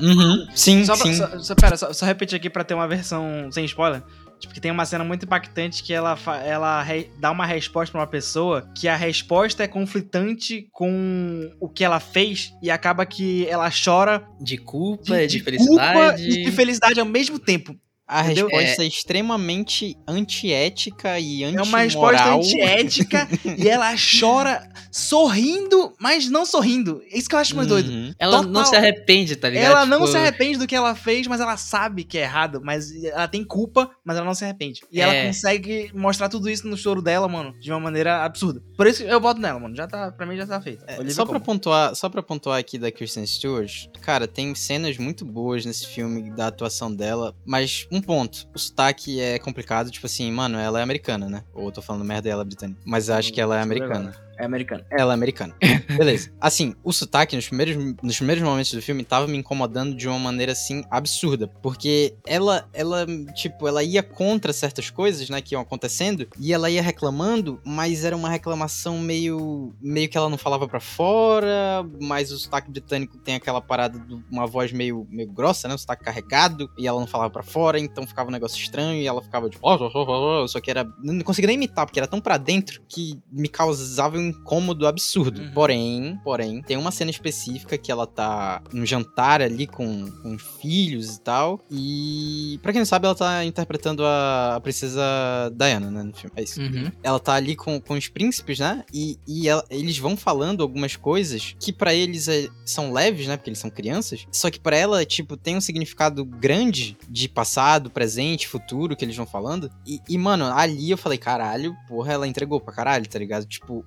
B: Uhum. Sim,
A: Só, pra-
B: sim.
A: só- só- pera, só, só repetir aqui pra ter uma versão sem spoiler. Tipo, que tem uma cena muito impactante que ela, fa- ela re- dá uma resposta pra uma pessoa que a resposta é conflitante com o que ela fez e acaba que ela chora
C: De culpa, de,
A: culpa
C: felicidade.
A: e de felicidade ao mesmo tempo.
B: A
A: Entendeu?
B: resposta é extremamente antiética e
A: É
B: antimoral.
A: uma resposta antiética e ela chora sorrindo, mas não sorrindo. É Isso que eu acho mais doido.
B: Uhum.
C: Ela não
A: Total.
C: se arrepende, tá ligado?
A: Ela não
C: Tipo,
A: se arrepende do que ela fez, mas ela sabe que é errado. Mas ela tem culpa, mas ela não se arrepende. E
C: É.
A: ela consegue mostrar tudo isso no choro dela, mano, de uma maneira absurda. Por isso que eu voto nela, mano. Já tá, pra mim já tá feito.
B: É,
A: Olivia
B: só pra
A: Colman.
B: pontuar, só para pontuar aqui da Kristen Stewart, cara, tem cenas muito boas nesse filme da atuação dela, mas um ponto, o sotaque é complicado, tipo assim, mano, ela é americana, né? Ou eu tô falando merda, ela é britânica, mas eu acho que ela é
A: Tudo bem,
B: americana.
A: mano. É americana.
B: Ela é americana. Beleza. <laughs> Assim, o sotaque nos primeiros, nos primeiros momentos do filme tava me incomodando de uma maneira assim absurda, porque ela ela tipo, ela ia contra certas coisas, né, que iam acontecendo, e ela ia reclamando, mas era uma reclamação meio meio que ela não falava pra fora, mas o sotaque britânico tem aquela parada de uma voz meio meio grossa, né, um sotaque carregado, e ela não falava pra fora, então ficava um negócio estranho e ela ficava tipo, só que era não conseguia nem imitar, porque era tão pra dentro que me causava um incômodo absurdo.
A: Uhum.
B: Porém, porém, tem uma cena específica que ela tá num jantar ali com, com os filhos e tal. E pra quem não sabe, ela tá interpretando a, a princesa Diana, né, no filme. É isso.
C: Uhum.
B: Ela tá ali com, com os príncipes, né? E, e ela- eles vão falando algumas coisas que pra eles é- são leves, né? Porque eles são crianças. Só que pra ela, tipo, tem um significado grande de passado, presente, futuro que eles vão falando. E, e, mano, ali eu falei, caralho, porra, ela entregou pra caralho, tá ligado? Tipo.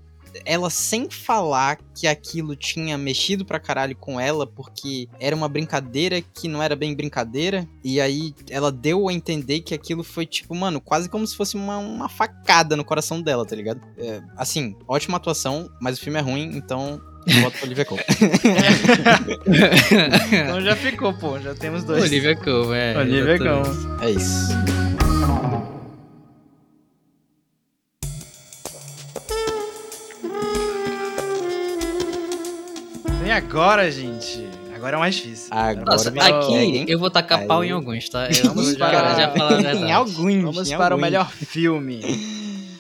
B: Ela sem falar que aquilo tinha mexido pra caralho com ela, porque era uma brincadeira que não era bem brincadeira. E aí ela deu a entender que aquilo foi, tipo, mano, quase como se fosse uma, uma facada no coração dela, tá ligado? É, assim, ótima atuação, mas o filme é ruim, então voto pra
A: <laughs>
B: Olivia Colman.
A: <laughs> Então já ficou, pô. Já temos dois.
C: Olivia Colman, é.
A: Olivia
C: exatamente.
A: Colman.
B: É isso.
A: E agora, gente? Agora é mais difícil.
B: Agora
C: Nossa,
B: me
C: aqui
B: pega, hein?
C: eu vou tacar
B: Aí.
C: pau em alguns,
B: <laughs>
C: tá? Eu
A: É, Vamos
C: já,
A: para-
C: já falar a verdade.
B: Em alguns.
A: Vamos
B: em
A: para o
B: alguns.
A: melhor filme.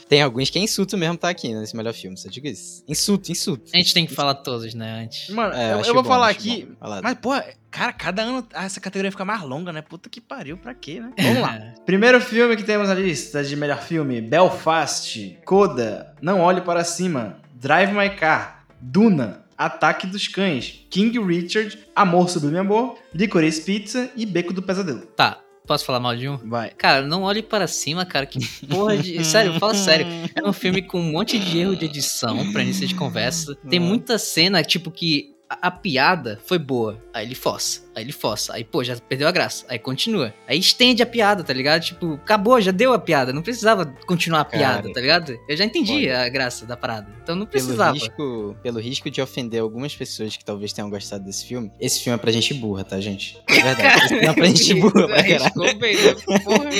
B: Tem alguns que é insulto mesmo tá aqui nesse melhor filme, só digo isso. Insulto, insulto.
C: A gente tem que falar todos, né, antes.
A: Mano,
B: É,
A: eu, eu
B: achei
A: vou
B: bom,
A: falar
B: achei
A: aqui.
B: bom. Vai lá.
A: Mas, pô, cara, cada ano essa categoria fica mais longa, né? Puta que pariu, pra quê,
B: <laughs>
A: né? Vamos lá. Primeiro filme que temos na lista de melhor filme: Belfast, Coda, Não Olhe Para Cima, Drive My Car, Duna, Ataque dos Cães, King Richard, Amor Sublime Amor, Licorice Pizza e Beco do Pesadelo.
C: <laughs> Tá, posso falar mal de um?
A: Vai.
C: Cara, não olhe para cima, cara. Que porra de. Sério, fala sério. É um filme com um monte de erro de edição pra início de conversa. Tem
B: Uhum.
C: muita cena, tipo, que a, a piada foi boa. Aí ele força, aí ele força, aí pô, já perdeu a graça, aí continua. Aí estende a piada, tá ligado? Tipo, acabou, já deu a piada, não precisava continuar a
B: Cara,
C: piada, tá ligado? Eu já entendi a graça da parada, então não
B: Pelo
C: precisava.
B: risco, pelo risco de ofender algumas pessoas que talvez tenham gostado desse filme, esse filme é pra gente burra, tá, gente? É verdade. Esse filme é pra
A: <laughs>
B: gente burra, pra caralho.
C: Arriscou bem, né? Porra.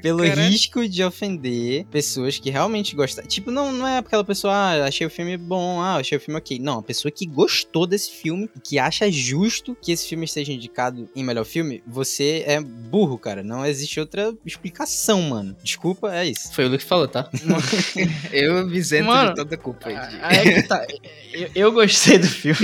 B: Pelo
C: Caralho.
B: risco de ofender pessoas que realmente gostaram. Tipo, não, não é aquela pessoa, ah, achei o filme bom, ah, achei o filme ok. Não, a pessoa que gostou desse filme e que acha justo que esse filme esteja indicado em melhor filme, você é burro, cara. Não existe outra explicação, mano. Desculpa, é
A: <laughs>
B: isso.
C: Foi o Luke que falou, tá? <laughs> Eu me isento
A: Mano,
C: de toda culpa. aí de-
A: Aí é que tá. Eu, eu gostei do
B: <laughs>
A: filme.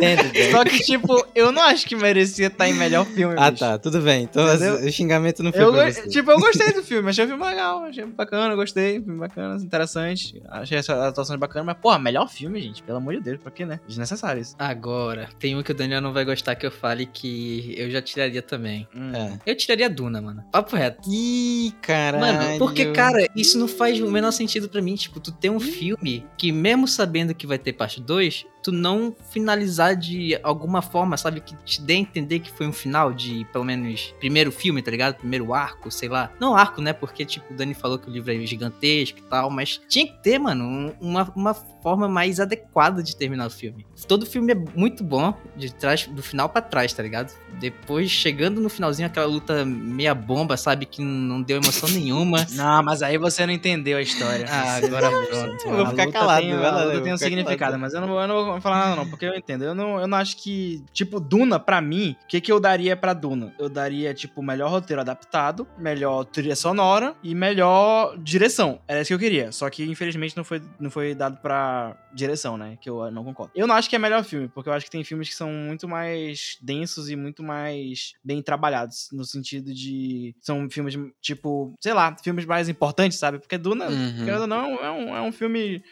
B: Dentro, dentro.
A: Só que, tipo, eu não acho que merecia estar em melhor filme.
B: Ah,
A: bicho.
B: tá, tudo bem. Então
A: Entendeu?
B: o xingamento não foi
A: Eu,
B: pra
A: go-
B: você.
A: tipo, eu gostei do filme, achei o filme legal, achei bacana, gostei, filme bacana, interessante, achei as atuações bacanas, mas, porra, melhor filme, gente, pelo amor de Deus, pra quê, né? Desnecessário isso.
C: Agora, tem um que o Daniel não vai gostar que eu fale que eu já tiraria também.
A: Hum.
B: É.
C: Eu tiraria a Duna, mano. Papo reto.
B: Ih, caralho.
C: Mano, porque, cara, isso não faz o menor sentido pra mim. Tipo, tu ter um filme que, mesmo sabendo que vai ter parte 2, tu não finalizar de alguma forma, sabe? Que te dê a entender que foi um final de, pelo menos, primeiro filme, tá ligado? Primeiro arco, sei lá. Não arco, né? Porque, tipo, o Dani falou que o livro é gigantesco e tal, mas tinha que ter, mano, um- uma, uma forma mais adequada de terminar o filme. Todo filme é muito bom, de trás, do final pra trás, tá ligado? Depois, chegando no finalzinho, aquela luta meia bomba, sabe? Que não deu emoção nenhuma.
A: Não, mas aí você não entendeu a história.
C: Ah,
A: Você- <laughs>
C: agora pronto.
B: Eu vou
A: A
B: ficar
A: luta
B: calado,
A: tem,
B: vai lá,
A: a
B: eu
A: luta
B: vou
A: tem um
B: ficar
A: significado,
B: calado.
A: mas eu não, eu não vou falar nada não, porque eu entendo. Eu não, eu não acho que, tipo, Duna, pra mim, o que que eu daria pra Duna? Eu daria, tipo, melhor roteiro adaptado, melhor trilha sonora e melhor direção. Era isso que eu queria, só que infelizmente não foi, não foi dado pra direção, né, que eu não concordo. Eu não acho que é melhor filme, porque eu acho que tem filmes que são muito mais densos e muito mais bem trabalhados, no sentido de são filmes, tipo, sei lá, filmes mais importantes, sabe? Porque Duna,
B: Uhum.
A: Querendo ou não, é um, é um filme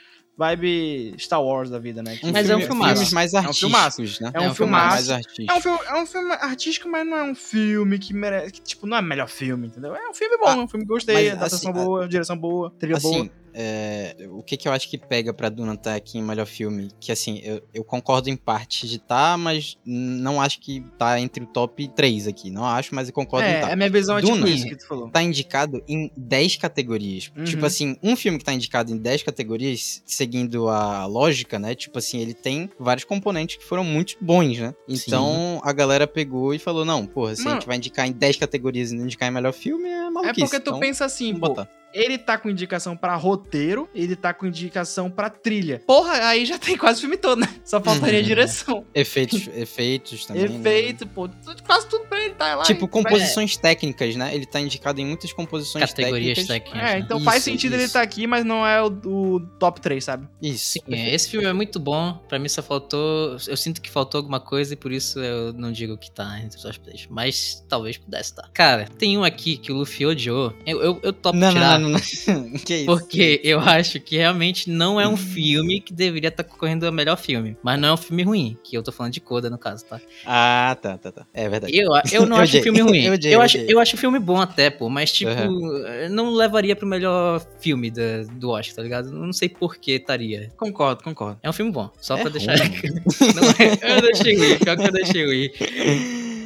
A: vibe Star Wars da vida, né?
B: Um
C: Mas
B: filme,
C: é um filmaço.
B: Filmes mais
A: É um filmaço.
B: artísticos, né?
A: É
C: um
B: Mais
A: filmaço.
B: artístico.
A: É um, filme, é um filme artístico, mas não é um filme que merece. Que, tipo, não é melhor filme, entendeu? É um filme bom, é
B: Ah,
A: um filme que eu gostei,
B: mas,
A: adaptação
B: assim,
A: boa, direção boa,
C: um
A: trilha boa.
B: Assim, é, o que, que eu acho que pega pra Duna estar aqui em melhor filme? Que assim, eu, eu concordo em parte de tá, mas não acho que tá entre o top 3 aqui. Não acho, mas eu concordo em
A: É,
B: tá.
A: a minha visão é tipo
B: Duna.
A: isso que tu falou.
B: Tá indicado em 10 categorias.
A: Uhum.
B: Tipo assim, um filme que tá indicado em 10 categorias, seguindo a lógica, né? Tipo assim, ele tem vários componentes que foram muito bons, né? Então a galera pegou e falou: não, porra, se a
A: Mano.
B: gente vai indicar em 10 categorias e não indicar em melhor filme, é
A: É
B: maluquice.
A: porque tu
B: então,
A: pensa assim,
B: vamos
A: pô,
B: botar.
A: ele tá com indicação pra roteiro, ele tá com indicação pra trilha. Porra, aí já tem quase o filme todo, né? Só faltaria
B: Uhum.
A: direção,
B: Efeitos, <laughs> efeitos também. né?
A: efeito, pô, tudo- quase tudo pra ele tá lá.
B: Tipo,
A: hein?
B: composições técnicas, né? Ele tá indicado em muitas composições
C: Categorias
B: técnicas.
C: técnicas.
A: É,
C: né?
A: então
B: Isso,
A: faz sentido ele
B: isso.
A: estar tá aqui, mas não é o, o top 3, sabe?
B: Isso.
C: Sim, é, esse filme é muito bom. Pra mim só faltou. Eu sinto que faltou alguma coisa e por isso eu não digo que tá entre os top 3. Mas talvez pudesse estar. Cara, tem um aqui que o Luffy odiou. Eu, eu, eu topo
B: Não,
C: tirar.
B: não, não, não, não. <laughs> Que isso?
C: Porque eu acho que realmente não é
B: Hum.
C: um filme que deveria estar concorrendo ao melhor filme. Mas não é um filme ruim, que eu tô falando de Coda, no caso, tá?
B: Ah, tá, tá, tá. É verdade.
C: Eu, eu não
B: Eu
C: acho
B: odiei.
C: o filme ruim.
B: <laughs> Eu
C: Eu,
B: odiei, eu
C: acho,
B: odiei.
C: eu acho o filme bom até, pô. Mas, tipo,
B: Uhum.
C: eu não levaria pro melhor filme da- do Oscar, tá ligado? Não sei por que estaria.
A: Concordo, concordo.
C: É um filme bom, só
B: É
C: pra deixar.
B: ruim.
C: <laughs> Não é- eu deixei ruim, pior que eu deixei ruim.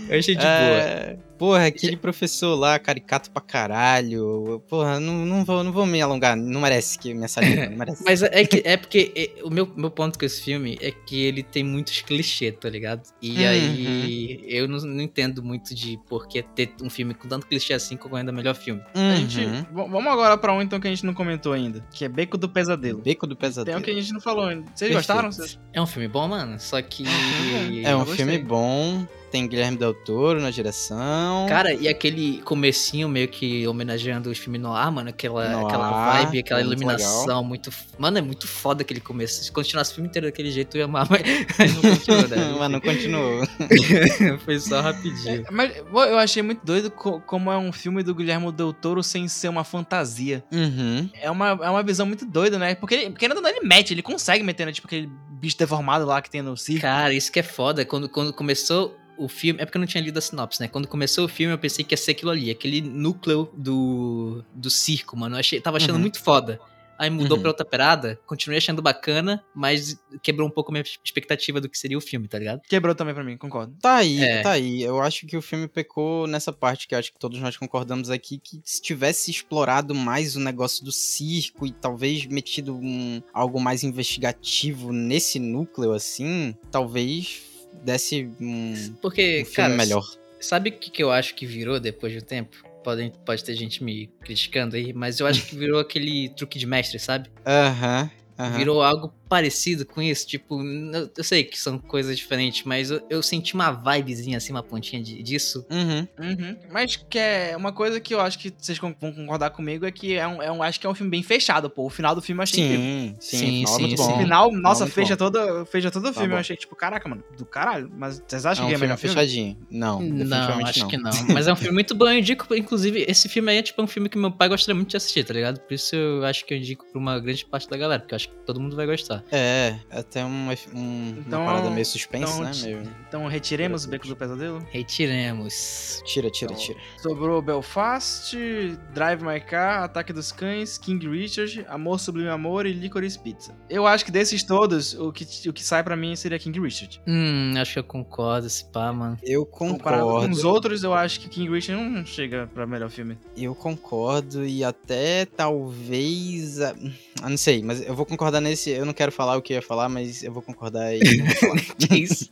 C: Eu achei de boa.
B: É, Porra, aquele professor lá, caricato pra caralho. Porra, não, não, vou, não vou me alongar. Não merece que minha saliva, não merece.
C: Mas é, que- é porque é- o meu, meu ponto com esse filme é que ele tem muitos clichês, tá ligado? E
B: Uhum.
C: aí eu não, não entendo muito de por que ter um filme com tanto clichê assim concorrendo ao melhor filme.
A: A gente,
B: Uhum.
A: v- vamos agora pra um então que a gente não comentou ainda, que é Beco do Pesadelo.
B: Beco do
A: Tem um
B: Pesadelo.
A: que a gente não falou ainda. Vocês
B: Perfeito.
A: gostaram? Vocês-
C: É um filme bom, mano, só que.
B: <laughs> É um
A: Eu gostei.
B: filme bom. Tem Guilherme Del Toro na direção.
C: Cara, e aquele comecinho meio que homenageando os filmes noir, mano, aquela,
B: Noir,
C: aquela vibe, aquela
B: muito
C: iluminação, muito, Mano, é muito foda aquele começo. Se continuasse o filme inteiro daquele jeito, eu ia amar, mas <laughs> não continuou, né?
B: <laughs> Mas não continuou.
C: Foi só rapidinho.
A: Mas pô, eu achei muito doido co- como é um filme do Guilhermo Del Toro sem ser uma fantasia.
B: Uhum.
A: É uma, é uma visão muito doida, né? Porque, ele, porque ainda não, ele mete, ele consegue meter, né? Tipo aquele bicho deformado lá que tem no circo.
C: Cara, isso que é foda. Quando, quando começou o filme. É porque eu não tinha lido a sinopse, né? Quando começou o filme, eu pensei que ia ser aquilo ali, aquele núcleo do, do circo, mano. Eu achei, tava achando
B: Uhum.
C: muito foda. aí mudou
B: Uhum.
C: pra outra parada, continuei achando bacana, mas quebrou um pouco a minha expectativa do que seria o filme, tá ligado?
A: Quebrou também pra mim, concordo.
B: Tá aí,
C: É.
B: tá aí. Eu acho que o filme pecou nessa parte que eu acho que todos nós concordamos aqui, que se tivesse explorado mais o negócio do circo e talvez metido um, algo mais investigativo nesse núcleo, assim, talvez desse um, um
C: Porque,
B: filme
C: É, cara,
B: melhor.
C: Sabe o que, que eu acho que virou depois do tempo? Podem, pode ter gente me criticando aí, mas eu acho que virou aquele truque de mestre, sabe?
B: Aham, aham.
C: Virou algo parecido com isso. Tipo, n- eu sei que são coisas diferentes, mas eu, eu senti uma vibezinha assim, uma pontinha de- disso.
B: Uhum.
A: Uhum. Mas que é uma coisa que eu acho que vocês con- vão concordar comigo é que é um, é um- acho que é um filme bem fechado, pô. O final do filme eu achei incrível.
B: Sim, sim,
C: Sim,
B: final é muito
C: sim,
B: bom.
A: O final, nossa,
B: muito
A: fecha
B: bom.
A: todo, fecha todo o
B: Tá
A: filme.
B: bom.
A: Eu achei, tipo, caraca, mano, do caralho. Mas vocês acham
B: É um
A: que é
B: filme
A: melhor filme?
B: fechadinho. Não, definitivamente
C: acho
B: não.
C: que não.
B: <laughs>
C: Mas é um filme muito bom, eu indico. Inclusive, esse filme aí é tipo um filme que meu pai gostaria muito de assistir, tá ligado? Por isso eu acho que eu indico pra uma grande parte da galera, porque eu acho que todo mundo vai gostar.
B: É, é até um, um,
A: Então-
B: uma parada meio suspense,
A: então,
B: né?
A: ti-
B: Meio...
A: Então retiremos o Beco do Pesadelo.
C: Retiremos.
B: Tira, tira,
A: Então,
B: tira.
A: Sobrou Belfast, Drive My Car, Ataque dos Cães, King Richard, Amor Sublime Amor e Licorice Pizza. Eu acho que desses todos, o que, o que sai pra mim seria King Richard.
C: Hum, acho que eu concordo, esse pá, mano. <laughs>
B: Eu
A: Comparado com
B: concordo.
A: os outros, eu acho que King Richard não chega pra melhor filme.
B: Eu concordo e até talvez. a- Ah, não sei, mas eu vou concordar nesse. Eu não quero falar o que eu ia falar, mas eu vou concordar e.
C: <laughs> Que isso?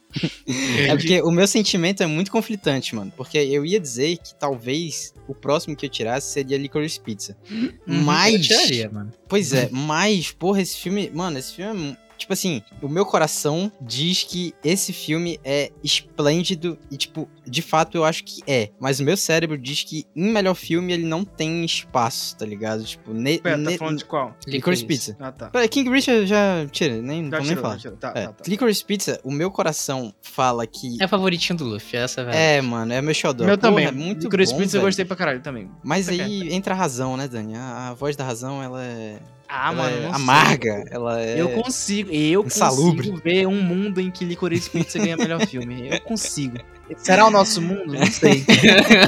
B: é porque o meu sentimento é muito conflitante, mano. Porque eu ia dizer que talvez o próximo que eu tirasse seria Licorice Pizza.
C: Uhum. Eu
B: <laughs> Mas.
C: tiraria, mano.
A: <laughs>
B: Pois é, mas, porra, esse filme. Mano, esse filme é. mu- Tipo assim, o meu coração diz que esse filme é esplêndido e, tipo, de fato eu acho que é. Mas o meu cérebro diz que em melhor filme ele não tem espaço, tá ligado? Tipo, ne,
A: Pera, tá
B: ne-
A: falando de qual?
B: Licorice Pizza.
A: Ah, tá.
B: Pera, King Richard já tira, nem,
A: Já
B: vamos nem
A: tirou,
B: falar.
A: já tirou. Tá,
B: É,
A: tá, tá.
B: Licorice Pizza, o meu coração fala que...
C: É o favoritinho do Luffy, essa é a verdade.
B: É, mano, é meu xodó.
A: Meu
B: Porra,
A: também.
B: É muito
A: Licorice
B: bom,
A: Pizza eu
B: velho.
A: gostei pra caralho também.
B: Mas
A: Ok.
B: aí entra a razão, né, Dani? A, a voz da razão, ela é,
A: Ah,
B: ela
A: mano,
B: é
A: não sei.
B: amarga. Ela é...
A: Eu consigo, eu
B: Insalubre.
A: consigo ver um mundo em que Licorice Pizza ganha melhor filme. Eu consigo. Será o nosso mundo? Não <laughs> sei.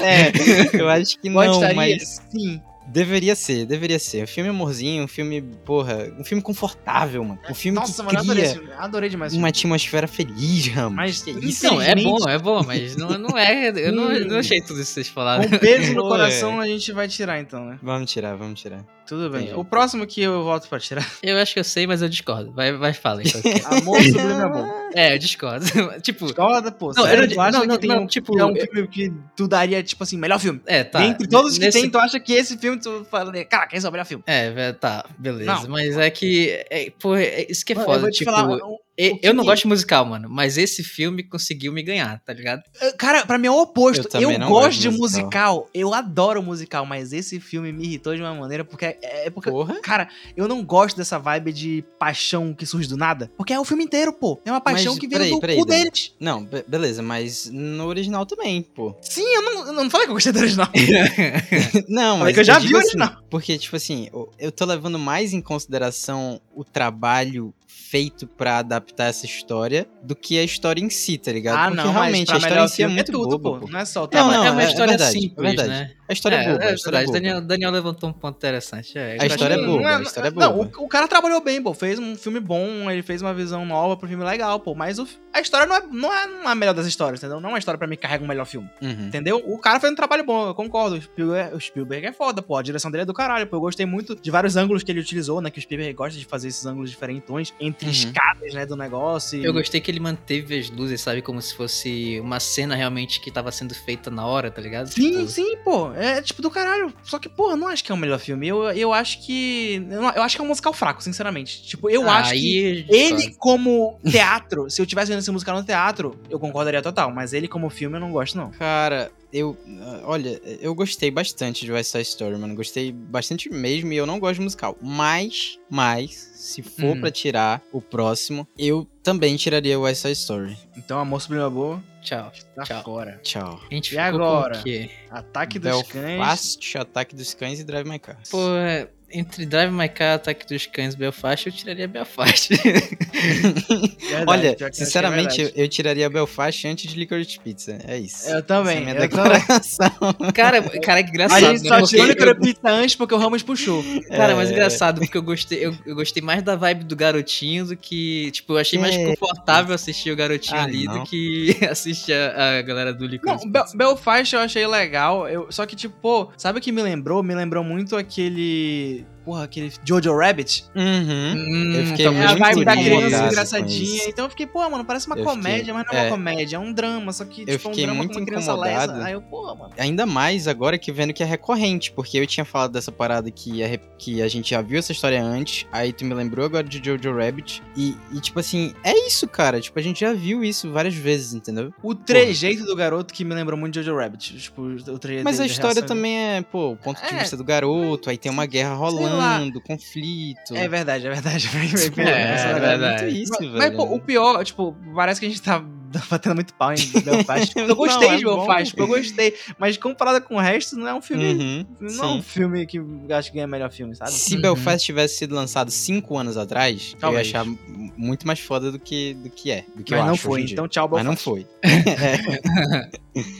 B: É, <laughs> eu acho que não,
A: Gostaria?
B: mas
A: Sim.
B: deveria ser, deveria ser. Um filme amorzinho, um filme, porra, um filme confortável, mano. Um filme
A: Nossa,
B: que
A: mano, eu adorei esse
B: cria
A: filme. Adorei demais esse
B: uma atmosfera feliz, Ramos.
A: Mas então,
B: Que
A: isso-
C: Não, é
A: Infelizmente-
C: bom, é bom, mas não, não é. Eu não, eu não achei tudo isso que vocês falaram.
A: filme. Com um peso no <laughs>
B: Ué.
A: coração a gente vai tirar então, né?
B: Vamos tirar, vamos tirar.
A: Tudo bem.
B: Entendi.
A: O próximo que eu volto pra tirar.
C: Eu acho que eu sei, mas eu discordo. Vai, vai fala. então.
A: <laughs> Amor sobre meu <laughs> amor.
C: é, eu discordo. <laughs> tipo,
A: Discorda, pô.
C: Não,
A: sério,
C: eu
A: tu
C: não-
A: acha
C: não,
A: que
C: não,
A: tem
C: não,
A: um,
C: tipo,
A: é um
C: eu-
A: filme que tu daria, tipo assim, melhor filme?
C: é, tá.
A: Dentre todos
C: Nesse-
A: que tem, então tu acha que esse filme tu falaria, caraca, esse é o melhor filme?
C: É, ve- tá, beleza.
A: Não.
C: Mas é que. É, pô, é- isso que é
A: Mano,
C: foda.
A: eu vou te
C: tipo,
A: falar, um
C: eu,
A: o- o que
C: eu não
A: me-
C: gosto de musical, mano. Mas esse filme conseguiu me ganhar, tá ligado?
A: Cara, pra mim é o oposto.
B: Eu
A: Eu,
B: também não
A: gosto
B: gosto
A: de
B: de
A: musical. eu adoro musical, mas esse filme me irritou de uma maneira porque é é porque
B: Porra.
A: Cara, eu não gosto dessa vibe de paixão que surge do nada, porque é o filme inteiro, pô. É uma paixão
B: Mas,
A: que vem
B: peraí,
A: do
B: peraí,
A: cu
B: Dani.
A: deles.
B: Não, be- beleza, mas no original também, pô. <laughs>
A: Sim, eu não, eu não falei que eu gostei do original.
B: Não,
A: Falei
B: mas
A: que eu já vi
B: digo
A: o
B: assim,
A: original.
B: Porque, tipo assim, eu- eu tô levando mais em consideração o trabalho feito pra adaptar essa história do que a história em si, tá ligado?
A: Ah,
B: Porque realmente a história em si é muito boba, pô.
A: Não é só o
B: Não,
A: trabalho.
B: não,
C: é uma
B: é- é
C: história
B: verdade, é
C: simples,
B: verdade.
C: né?
B: A história é, boba, a
C: é
B: história é
C: verdade.
B: boba.
C: Daniel, Daniel levantou um ponto interessante. É,
B: A história é
A: Não,
B: boa.
A: não
B: a história é
A: Não,
B: boba.
A: o, o cara trabalhou bem, pô. Fez um filme bom, ele fez uma visão nova pro filme legal, pô. Mas o- a história não é, não, é, não é a melhor das histórias, entendeu? Não é uma história pra mim que carrega um melhor filme.
B: Uhum.
A: Entendeu? O cara fez um trabalho bom, eu concordo. O Spielberg, o Spielberg é foda, pô. A direção dele é do caralho, pô. Eu gostei muito de vários ângulos que ele utilizou, né? Que o Spielberg gosta de fazer esses ângulos diferentões entre
B: Uhum.
A: escadas, né? Do negócio. e-
C: Eu gostei que ele manteve as luzes, sabe? Como se fosse uma cena realmente que tava sendo feita na hora, tá ligado?
A: Sim,
C: Tipo,
A: sim, pô. É tipo do caralho. Só que, pô, eu não acho que é o melhor filme. Eu, eu acho que. Eu, não- eu acho que é um musical fraco, sinceramente. Tipo, eu acho que.
C: aí é eu discordo.
A: Ele, como teatro, se eu tivesse vendo esse musical no teatro, eu concordaria total. Mas ele, como filme, eu não gosto, não.
B: Cara, eu. ah, Olha, eu gostei bastante de West Side Story, mano. Gostei bastante mesmo e eu não gosto de musical. Mas, mas, se for
A: Hum.
B: pra tirar o próximo, eu também tiraria West Side Story.
A: Então, Amor Sobre Meu Amor,
C: Tchau.
A: tá
C: Tchau.
A: fora.
B: Tchau.
C: A gente
A: E
C: ficou com
A: agora?
C: o quê?
A: Ataque dos Cães.
B: Belfast, Ataque dos Cães e Drive My Car.
C: Pô, é- entre Drive My Car, Ataque dos Cães e Belfast, eu
A: <laughs>
C: tiraria Belfast.
A: Verdade,
B: Olha,
A: pior que é
B: sinceramente, eu,
A: verdade.
B: eu tiraria Belfast antes de Licorice Pizza. É isso.
A: Eu também,
B: Essa é a minha
A: eu também.
B: <laughs> declaração.
C: cara, cara, que
A: A
C: engraçado.
A: gente
C: né?
A: só
C: Porque
A: tirou
C: eu-
A: o pizza antes porque o Ramos puxou.
C: Cara, mas
B: É.
C: engraçado, porque eu gostei, eu, eu gostei mais da vibe do garotinho do que. Tipo, eu achei mais
B: É.
C: confortável assistir o garotinho
B: Ah,
C: ali
B: não.
C: do que <laughs> assistir a, a galera do
A: Não,
C: Licorice.
A: Bel
C: Pizza.
A: Belfast eu achei legal. Eu, só que, tipo, pô, sabe o que me lembrou? Me lembrou muito aquele. Porra, aquele Jojo Rabbit.
B: Uhum.
C: Hum,
B: eu fiquei
C: tá
A: É
C: muito
A: a vibe da
B: incomodado
A: criança
B: com
A: engraçadinha.
B: isso.
A: Então eu fiquei, pô, mano, parece uma
B: Eu fiquei-
A: comédia, mas não é uma
B: é.
A: comédia, é um drama. Só que,
B: Eu
A: tipo, é um
B: fiquei
A: drama com
B: muito
A: uma criança
B: incomodado.
A: lesa. Aí eu, pô, mano.
B: Ainda mais agora que vendo que é recorrente, porque eu tinha falado dessa parada que a, re- que a gente já viu essa história antes, aí tu me lembrou agora de Jojo Rabbit, e, e tipo assim, é isso, cara, tipo, a gente já viu isso várias vezes, entendeu?
A: O trejeito do garoto que me lembrou muito de Jojo Rabbit. Tipo, o trejeito
B: Mas a
A: dele,
B: história
A: reação
B: também é, pô, o ponto de
A: É,
B: vista do garoto, aí tem uma guerra
A: lá.
B: rolando, conflito.
A: dele. É verdade, é verdade.
B: <laughs>
C: É, é verdade.
B: muito isso,
A: Mas,
B: velho.
A: mas, pô, o pior, tipo, parece que a gente tá <laughs> batendo muito pau em
B: <laughs>
A: Belfast. Eu gostei
B: Não, é
A: de Belfast,
B: bom.
A: eu gostei. Mas comparado com o resto, não é um filme.
B: Uhum,
A: não é
B: sim.
A: um filme que eu acho que ganha melhor filme, sabe?
B: Se
C: Uhum.
B: Belfast tivesse sido lançado cinco anos atrás,
A: Talvez.
B: eu ia achar m- muito mais foda do que, do que é. Do que eu
A: mas não
B: acho
A: foi,
B: hoje em dia.
A: então tchau,
B: Mas
A: Belfast.
B: não foi.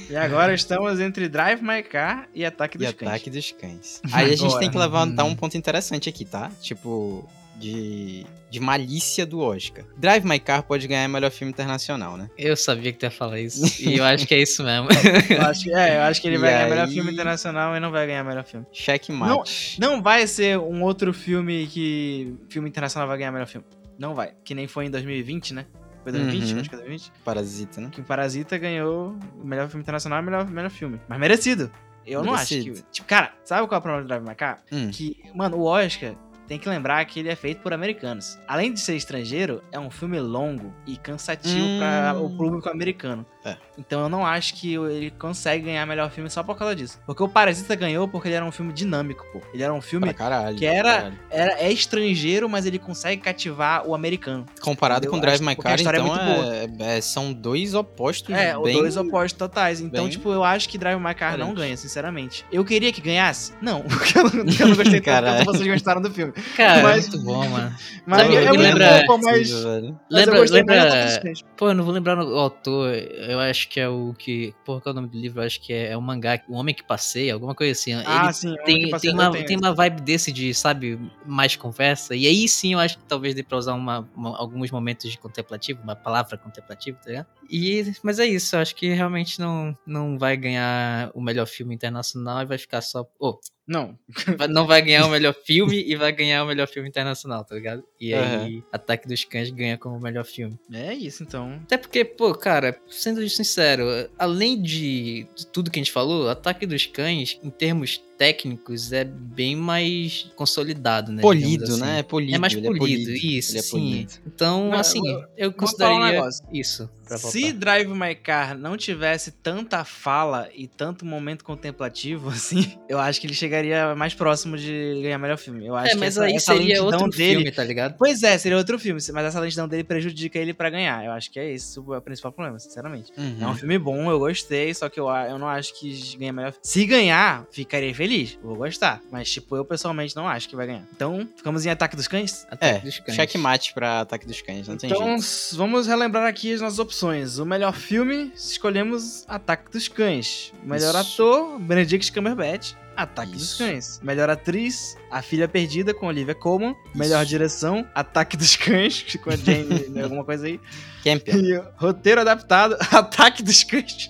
A: E agora estamos entre Drive My Car e Ataque
B: E
A: dos Cães. Uhum.
B: ataque dos cães. Aí a gente
A: Agora.
B: tem que levantar
C: Hum.
B: um ponto interessante aqui, tá? Tipo, de, de malícia do Oscar. Drive My Car pode ganhar melhor filme internacional, né?
C: Eu sabia que tu ia falar isso. E eu acho que é
A: <laughs>
C: isso mesmo.
A: Eu acho, é, eu acho que ele
B: <laughs> E
A: vai ganhar melhor
B: aí?
A: filme internacional e não vai ganhar melhor filme.
B: Checkmate.
A: Não vai ser um outro filme que filme internacional vai ganhar melhor filme. Não vai. Que nem foi em 2020, né? Foi 2020?
B: Uhum.
A: Acho que é 2020.
B: Parasita, né?
A: Que o Parasita ganhou o melhor filme internacional e o melhor, melhor filme. Mas merecido. Eu não
B: Merecido.
A: acho que. Tipo, cara, sabe qual é o problema do Drive My Car?
B: Hum.
A: que, mano, o Oscar tem que lembrar que ele é feito por americanos. Além de ser estrangeiro, é um filme longo e cansativo
B: Hum.
A: pra o público americano.
B: É.
A: Então eu não acho que ele consegue ganhar melhor filme só por causa disso. Porque o Parasita ganhou porque ele era um filme dinâmico, pô. Ele era um
B: Pra
A: filme
B: caralho.
A: que era-
B: caralho.
A: era é estrangeiro, mas ele consegue cativar o americano.
B: Comparado
A: Eu
B: com Drive
A: acho-
B: My
A: porque a
B: Car,
A: história é
B: então
A: muito
B: é- é- são dois opostos
A: É, os
B: bem...
A: dois opostos totais. Então,
B: bem
A: tipo, eu acho que Drive My Car não
B: diferente.
A: ganha, sinceramente. Eu queria que ganhasse? Não, <laughs> porque eu não, porque eu não gostei tanto
B: Caralho.
A: quanto vocês gostaram do filme.
C: Cara, é
A: Mas-
C: muito bom, mano.
A: Mas
C: Sabe,
A: é
C: me
A: muito
C: lembra-
A: bom, pô, mas...
B: assim,
C: Né,
B: velho.
A: mas eu
C: Lembra,
A: gostei mais da
C: lembra-
A: Ataque dos Cães.
C: Pô, eu não vou lembrar o autor. Eu acho que é o que. Porra, qual é o nome do livro? Eu acho que é, é o mangá. O Homem que Passeia, alguma coisa assim.
A: Ah,
C: Ele
A: sim. ontem
C: tem,
A: que passei,
C: tem,
A: eu
C: uma,
A: tenho.
C: tem uma vibe desse de, sabe, mais conversa. E aí sim eu acho que talvez dê pra usar uma, uma- alguns momentos de contemplativo, uma palavra contemplativa, tá ligado? E, mas é isso, eu acho que realmente não, não vai ganhar o melhor filme internacional e vai ficar só. Oh,
A: Não.
C: vai- não vai ganhar o melhor filme e vai ganhar o melhor filme internacional, tá ligado? E aí Ataque dos Cães ganha como melhor filme.
A: É isso, então.
C: Até porque, pô, cara, sendo sincero, além de de tudo que a gente falou, Ataque dos Cães, em termos técnicos, é bem mais consolidado, né? digamos
B: Polido,
C: assim.
B: né? É polido.
C: É mais
B: ele
C: polido, isso,
B: ele é
C: sim.
B: polido.
C: Então,
A: Não,
C: assim,
A: eu-
C: eu,
A: Vou falar um
C: consideraria
A: negócio.
C: isso. pra
A: Se
C: voltar.
A: Drive My Car não tivesse tanta fala e tanto momento contemplativo, <laughs> assim, eu acho que ele chegaria mais próximo de ganhar melhor filme. Eu acho
C: É, mas
A: que essa,
C: aí
A: essa
C: seria
A: lentidão
C: outro
A: dele.
C: filme, tá ligado?
A: Pois é, seria outro filme, mas essa lentidão dele prejudica ele pra ganhar. Eu acho que é esse o principal problema, sinceramente.
B: Uhum.
A: É um filme bom, eu gostei, só que eu, a- eu não acho que ganha melhor. Se ganhar, ficarei feliz, vou gostar. Mas, tipo, eu pessoalmente não acho que vai ganhar. Então, ficamos em Ataque dos Cães?
B: É,
C: Ataque dos Cães.
B: checkmate pra Ataque dos Cães, não tem
A: Então,
B: jeito.
A: s- vamos relembrar aqui as nossas opções. O melhor filme, escolhemos Ataque dos Cães. O melhor
B: Isso.
A: ator, Benedict Cumberbatch, Ataque dos
B: Isso.
A: Cães. Melhor atriz, A Filha Perdida, com Olivia Colman. Melhor direção, Ataque dos Cães, <laughs> com a
B: <laughs>
A: Jane, né, alguma coisa aí.
B: Campion.
A: E o roteiro adaptado, <laughs> Ataque dos Cães.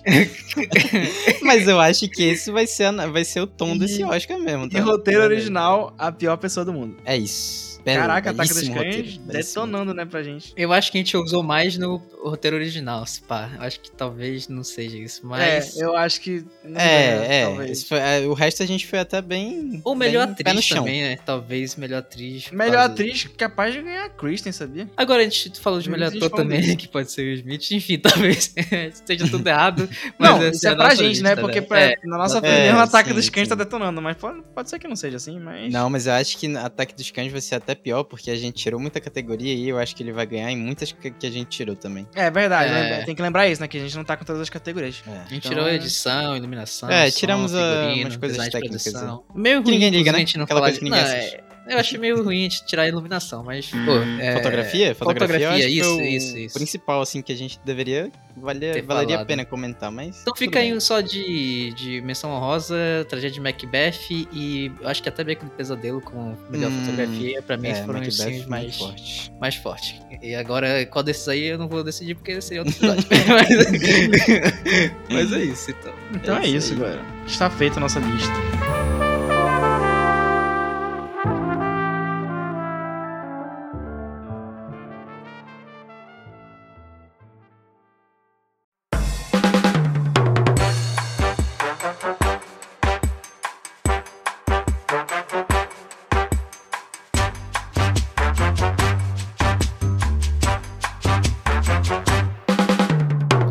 B: Mas eu acho que esse vai ser, a- vai ser o tom
A: E-
B: desse Oscar mesmo. tá?
A: E roteiro original, A Pior Pessoa do Mundo.
B: É isso. Belo-
A: Caraca, Ataque dos
B: belíssimo
A: Cães
B: roteiro, belíssimo
A: detonando, né, pra gente.
C: Eu acho que a gente usou mais no roteiro original, se pá. Eu acho que talvez não seja isso, mas...
A: É, eu acho que... não ganha,
B: É, é,
A: né, talvez.
B: esse foi- é, O resto a gente foi até bem.
C: Ou melhor
B: bem pé no
C: atriz
B: chão.
C: também, né? Talvez melhor atriz.
A: Melhor
C: quase.
A: atriz capaz de ganhar a Kristen, sabia?
C: Agora a gente falou de
A: Eu
C: melhor
A: desisti
C: ator
A: de falar
C: também,
A: disso.
C: <laughs> que pode ser o Smith. Enfim, <laughs> talvez esteja tudo errado. Mas
A: não,
C: essa
A: isso é
C: a
A: pra
C: nossa
A: gente, né?
C: lista,
A: Porque pra-
C: É,
A: na nossa
B: É,
A: opinião, o ataque
B: sim,
A: dos cães
B: sim.
A: tá detonando, mas pode, pode ser que não seja assim, mas.
B: Não, mas eu acho que Ataque dos Cães vai ser até pior, porque a gente tirou muita categoria e eu acho que ele vai ganhar em muitas que que a gente tirou também.
A: É verdade,
C: É.
A: lembra- tem que lembrar isso, né? Que a gente não tá com todas as categorias.
C: a gente
A: Então-
C: tirou edição, iluminação.
B: É,
C: som,
B: tiramos, ah,
C: figurino,
B: umas coisas
C: design de
B: técnicas, assim.
C: produção. Meio ruim,
B: ninguém liga,
C: inclusive,
B: né?
C: a gente não
B: Aquela
C: falar
B: coisa que
C: de-
B: ninguém
C: não, é-
B: assiste. Hum,
C: Eu achei meio ruim de tirar a iluminação, mas, pô,
B: Fotografia?
C: é,
B: Fotografia, eu acho
C: fotografia,
B: que é
C: isso,
B: o
C: isso, isso.
B: principal, assim, que a gente deveria... Valer,
C: Ter
B: valeria a
C: falado.
B: pena comentar, mas...
C: Então
B: tudo
C: fica
B: bem.
C: aí só de, de menção honrosa, tragédia de Macbeth e eu acho que até Beco do Pesadelo com melhor
B: Hum,
C: fotografia, pra mim
B: É,
C: foram os
B: Macbeth
C: filmes
B: muito
C: mais,
B: forte.
C: mais fortes. E agora, qual desses aí eu não vou decidir porque esse
B: <laughs>
C: é outro episódio. mas, mas é isso, então.
A: Então é, isso,
C: aí.
A: galera. Está feita a nossa lista.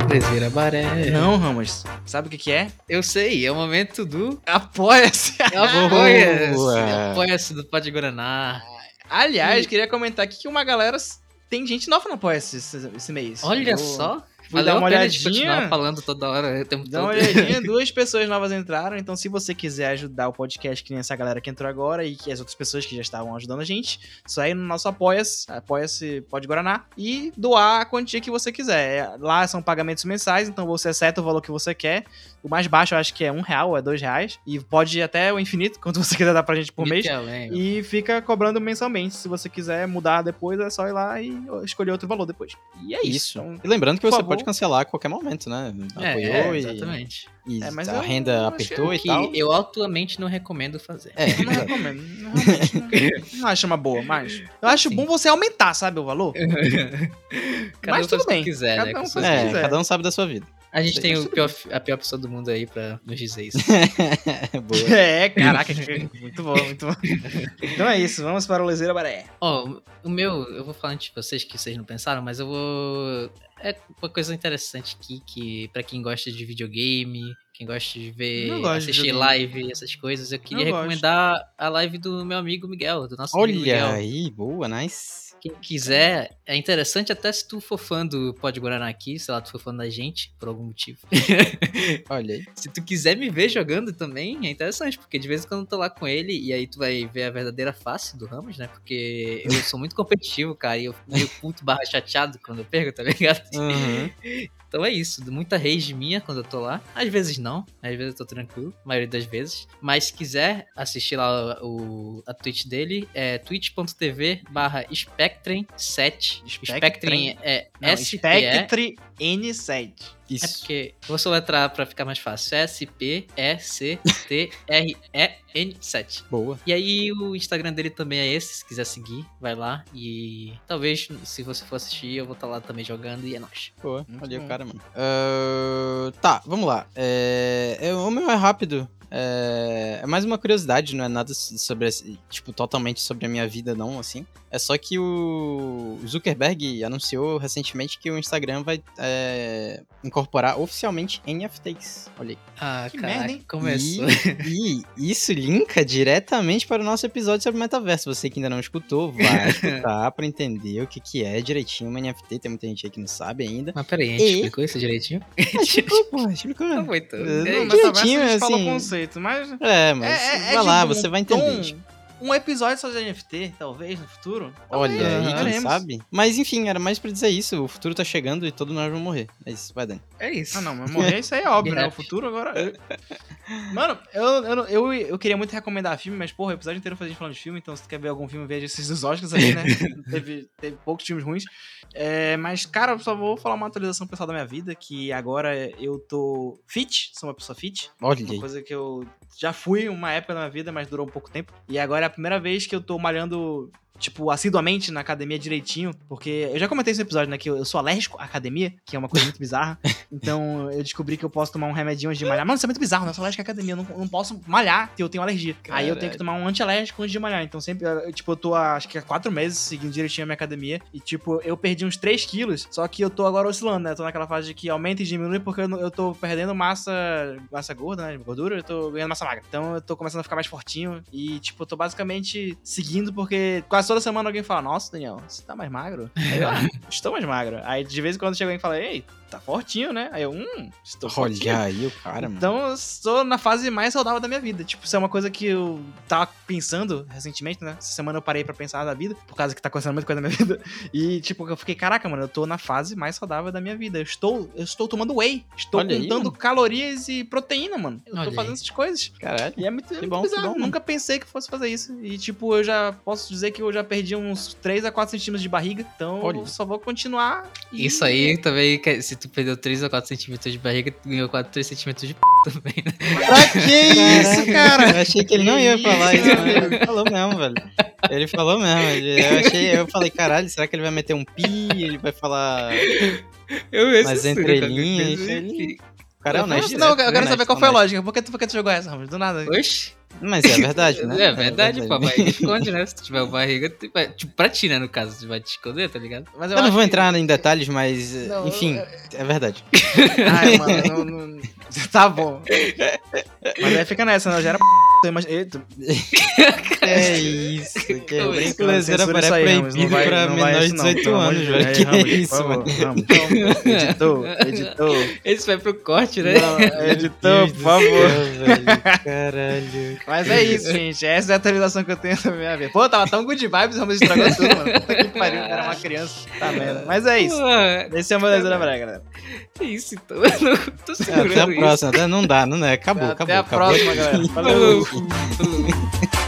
C: Preseira Baré.
A: Não, Ramos. Sabe o que, que é?
C: Eu sei, é o momento do
A: Apoia-se. <laughs>
C: Apoia-se.
B: Boa.
C: Apoia-se do Pó de Guaraná.
A: Aliás, queria comentar aqui que uma galera. Tem gente nova no Apoia-se esse, esse mês.
C: Olha
A: Eu
C: só.
A: Fui
C: Valeu
A: dar uma
C: a pena de
A: olhadinha.
C: continuar falando toda hora. o tempo
A: Dá uma
C: todo.
A: olhadinha, Então, duas pessoas novas entraram, então se você quiser ajudar o podcast que nem essa galera que entrou agora e que as outras pessoas que já estavam ajudando a gente, só ir no nosso Apoia-se, Apoia-se Pode Guaraná, e doar a quantia que você quiser. É, Lá são pagamentos mensais, então você acerta o valor que você quer. O mais baixo eu acho que é um real ou é dois reais, e pode ir até o infinito, <laughs> quanto você quiser dar pra gente por mês.
C: Muito além.
A: E fica cobrando mensalmente. Se você quiser mudar depois, é só ir lá e escolher outro valor depois. E é isso.
B: Isso.
A: Então,
B: E lembrando que
A: por
B: você
A: favor.
B: pode cancelar a qualquer momento, né?
C: É,
B: Apoiou
C: é,
B: e,
C: exatamente.
B: e
A: É, mas
B: a
A: eu- eu achei
B: renda apertou e
A: <laughs>
C: que
B: tal.
C: eu altamente não recomendo fazer.
B: É,
A: Eu não
B: exato.
A: recomendo. Não, realmente,
B: <laughs>
A: não- não acho uma boa, mas. Eu acho
C: Sim.
A: bom você aumentar, sabe, o valor.
C: Cada
A: Mas
C: um faz
A: tudo
C: o que
A: bem,
C: quiser,
A: cada
C: né?
A: um faz
C: com
A: o
C: suas
A: que
B: é,
C: vidas.
A: quiser.
B: cada um sabe da sua vida. <laughs>
C: A gente tem
A: Mas
C: o pior, a pior pessoa do mundo aí pra nos dizer isso.
B: Boa.
A: <laughs> É, caraca, que- muito bom, muito bom. Então é isso, vamos para o Lezeira Baré.
C: Ó, o meu, eu vou falar antes de vocês que vocês não pensaram, mas eu vou. É uma coisa interessante aqui que, pra quem gosta de videogame, quem gosta de ver,
A: Eu gosto de
C: assistir
A: videogame.
C: live, essas coisas, eu queria
A: Eu gosto.
C: recomendar a live do meu amigo Miguel, do nosso amigo
B: Olha
C: Miguel.
B: aí, boa, nice.
C: Quem quiser, é interessante até se tu for fã do Pode Guaraná aqui, sei lá, tu for fã da gente, por algum motivo.
B: Olha aí.
C: se tu quiser me ver jogando também, é interessante, porque de vez em quando eu tô lá com ele e aí tu vai ver a verdadeira face do Ramos, né? Porque eu sou muito competitivo, cara, e eu fico meio puto barra chateado quando eu perco, tá ligado?
B: Uhum.
C: Então é isso, muita rage minha quando eu tô lá. Às vezes não, às vezes eu tô tranquilo, a maioria das vezes. Mas se quiser assistir lá o, a Twitch dele, é twitch.tv barra Spectren7.
A: Spectren?
C: Spectren é
A: Não,
C: s
A: Spectre N7.
C: é
B: Isso.
C: porque vou soletrar pra ficar mais fácil. É S-P-E-C-T-R-E-N-7.
B: Boa.
C: E aí o Instagram dele também é esse, se quiser seguir, vai lá. E talvez, se você for assistir, eu vou estar lá também jogando e é nóis.
B: Boa.
A: Muito
B: Olha aí
A: bom.
B: o cara, mano. Ah, tá, vamos lá. É, é, o meu é rápido. É, é mais uma curiosidade, não é nada s- sobre, esse- tipo, totalmente sobre a minha vida, não, assim. É só que o Zuckerberg anunciou recentemente que o Instagram vai é, incorporar oficialmente NFTs. Olha aí.
C: Ah,
A: Que merda,
C: caraca,
A: hein?
C: começou.
B: E, e isso linka diretamente para o nosso episódio sobre o metaverso. Você que ainda não
A: <laughs>
B: escutou, vai escutar para entender o que, que é direitinho uma NFT. Tem muita gente aí que não sabe ainda.
C: <laughs> Mas peraí, a gente
B: E-
C: explicou isso direitinho?
B: Mas
A: <laughs> Tipo,
B: explicou, É tipo, pô, explicou.
A: tá
C: Não foi tão.
B: Não,
C: É,
A: Não,
C: isso.
A: mas a gente
B: direitinho,
A: falou o
B: assim.
A: conceito, mas.
B: É, mas
A: é- é
B: vai lá,
A: tipo um
B: você vai entender.
A: tom-
B: gente.
A: Um episódio só de NFT, talvez, no futuro.
B: Olha
A: Talvez,
B: aí, quem
A: veremos.
B: sabe? Mas enfim, era mais pra dizer isso. O futuro tá chegando e todos nós vamos morrer. É isso, vai, Dani.
C: É isso.
A: Ah, não, mas morrer isso aí é óbvio, né? O
C: Yeah.
A: futuro agora. Mano, eu, eu, não- eu, eu queria muito recomendar filme, mas, porra, o episódio inteiro foi a gente falando de filme, então se tu quer ver algum filme, veja esses dos Oscars aí, né? teve, teve poucos filmes ruins. É, mas, cara, eu só vou falar uma atualização pessoal da minha vida, que agora eu tô fit, sou uma pessoa fit.
B: Olha
A: Uma
B: aí.
A: coisa que eu já fui uma época da minha vida, mas durou um pouco tempo. E agora é a primeira vez que eu tô malhando, tipo, assiduamente na academia direitinho. Porque eu já comentei esse episódio, né? Que eu eu sou alérgico à academia, que é uma coisa muito bizarra. Então eu descobri que eu posso tomar um remedinho antes de malhar. Mano, isso é muito bizarro, né? Eu sou alérgico à academia. Eu não, eu não posso malhar se eu tenho alergia. Aí eu tenho que tomar um antialérgico antes de malhar. Então sempre, eu, tipo, eu tô há, acho que há quatro meses seguindo direitinho a minha academia. E, tipo, eu perdi uns 3 quilos. Só que eu tô agora oscilando, né? Eu tô naquela fase de que aumenta e diminui porque eu, não- eu tô perdendo massa, massa gorda, né? Gordura. Eu tô ganhando massa magra. Então eu tô começando a ficar mais fortinho. E, tipo, eu tô basicamente seguindo porque quase toda semana alguém fala: Nossa, Daniel, você tá mais magro? Aí eu, ah, estou mais magro. Aí de vez em quando chega alguém e fala: Ei, tá fortinho, né? Aí eu, hum, estou fortinho.
B: Olha aí o cara, mano.
A: Então, eu estou na fase mais saudável da minha vida. Tipo, isso é uma coisa que eu tava pensando recentemente, né? Essa semana eu parei pra pensar na vida, por causa que tá acontecendo muita coisa na minha <laughs> vida. E, tipo, eu fiquei, caraca, mano, eu tô na fase mais saudável da minha vida. Eu estou, eu estou tomando whey. Estou
B: Olha aí,
A: contando
B: mano.
A: calorias e proteína, mano. Eu
C: Olha
A: tô
C: aí.
A: fazendo essas coisas.
B: Caralho.
A: E é muito, é muito
B: bom, que
A: bizarro.
B: bom, mano.
A: Nunca pensei que fosse fazer isso. E, tipo, eu já posso dizer que eu já perdi uns 3 a 4 centímetros de barriga. Então,
B: Olha.
A: eu só vou continuar. e-
C: Isso aí também, que- se tu perdeu 3 ou 4 centímetros de barriga, tu ganhou 4, 3 centímetros de p também, né?
A: Pra que isso, cara?
B: Eu achei que ele não ia
A: Que
B: falar
A: isso,
B: isso, mas
A: <laughs>
B: ele falou mesmo, velho. Ele falou mesmo. ele- eu, achei, eu falei, caralho, será que ele vai meter um pi? Ele vai falar.
C: Eu
B: Mas
C: esse
B: entre
C: surdo,
B: linhas,
C: esse-
B: ele- O cara é
A: Não, não,
B: honesto. né?
A: eu quero
B: Honesto,
A: saber qual foi a
B: honesto.
A: lógica. Por que tu, por que tu jogou essa, Ramos? Do nada.
C: Oxi.
B: Mas é
A: <laughs>
B: verdade, né?
C: É verdade, pô. A barriga esconde, né? Se tu tiver uma barriga, tu vai- tipo, pra ti, né, no caso, tu vai te esconder, tá ligado?
A: Mas
B: Eu não
A: acho
B: vou
A: que-
B: entrar em detalhes, mas
A: Não,
B: enfim,
A: eu-
B: é verdade.
A: Ai, mano, não, não- Tá bom. Mas aí fica nessa, né? Eu já era p. Eu imagino- Eita,
B: <laughs> <laughs> É isso, que
C: Eu
B: é
A: brincando,
B: Censura
A: censura
B: agora é
A: isso aí, Ramos, não
B: proibido
A: vai-
B: pra
A: não vai
B: menores
A: isso
B: de
A: não,
B: 18
A: pelo amor
B: anos,
A: de
B: velho.
A: Deus.
B: Que
A: Aí, Ramos, por
B: isso,
A: favor,
B: mano.
A: <laughs> Ramos. editor, editor,
C: Esse vai pro corte, né?
A: não, editor, por favor. <laughs>
B: Caralho.
A: Mas é isso, gente. Essa é a atualização que eu tenho da minha vida. Pô, tava tão good vibes, Ramos estragou tudo, mano. Puta que pariu, eu era uma criança. Tá merda. Mas é isso.
C: Ah,
A: Esse é o meu Leandro Braga, galera.
C: que isso, então. <laughs> Eu não tô
B: Até
C: segurando
B: a próxima, até- não dá, não é? Acabou,
A: Até
B: acabou,
A: a
B: acabou.
A: próxima, galera.
C: isso.
A: Valeu.
C: Falou. Falou.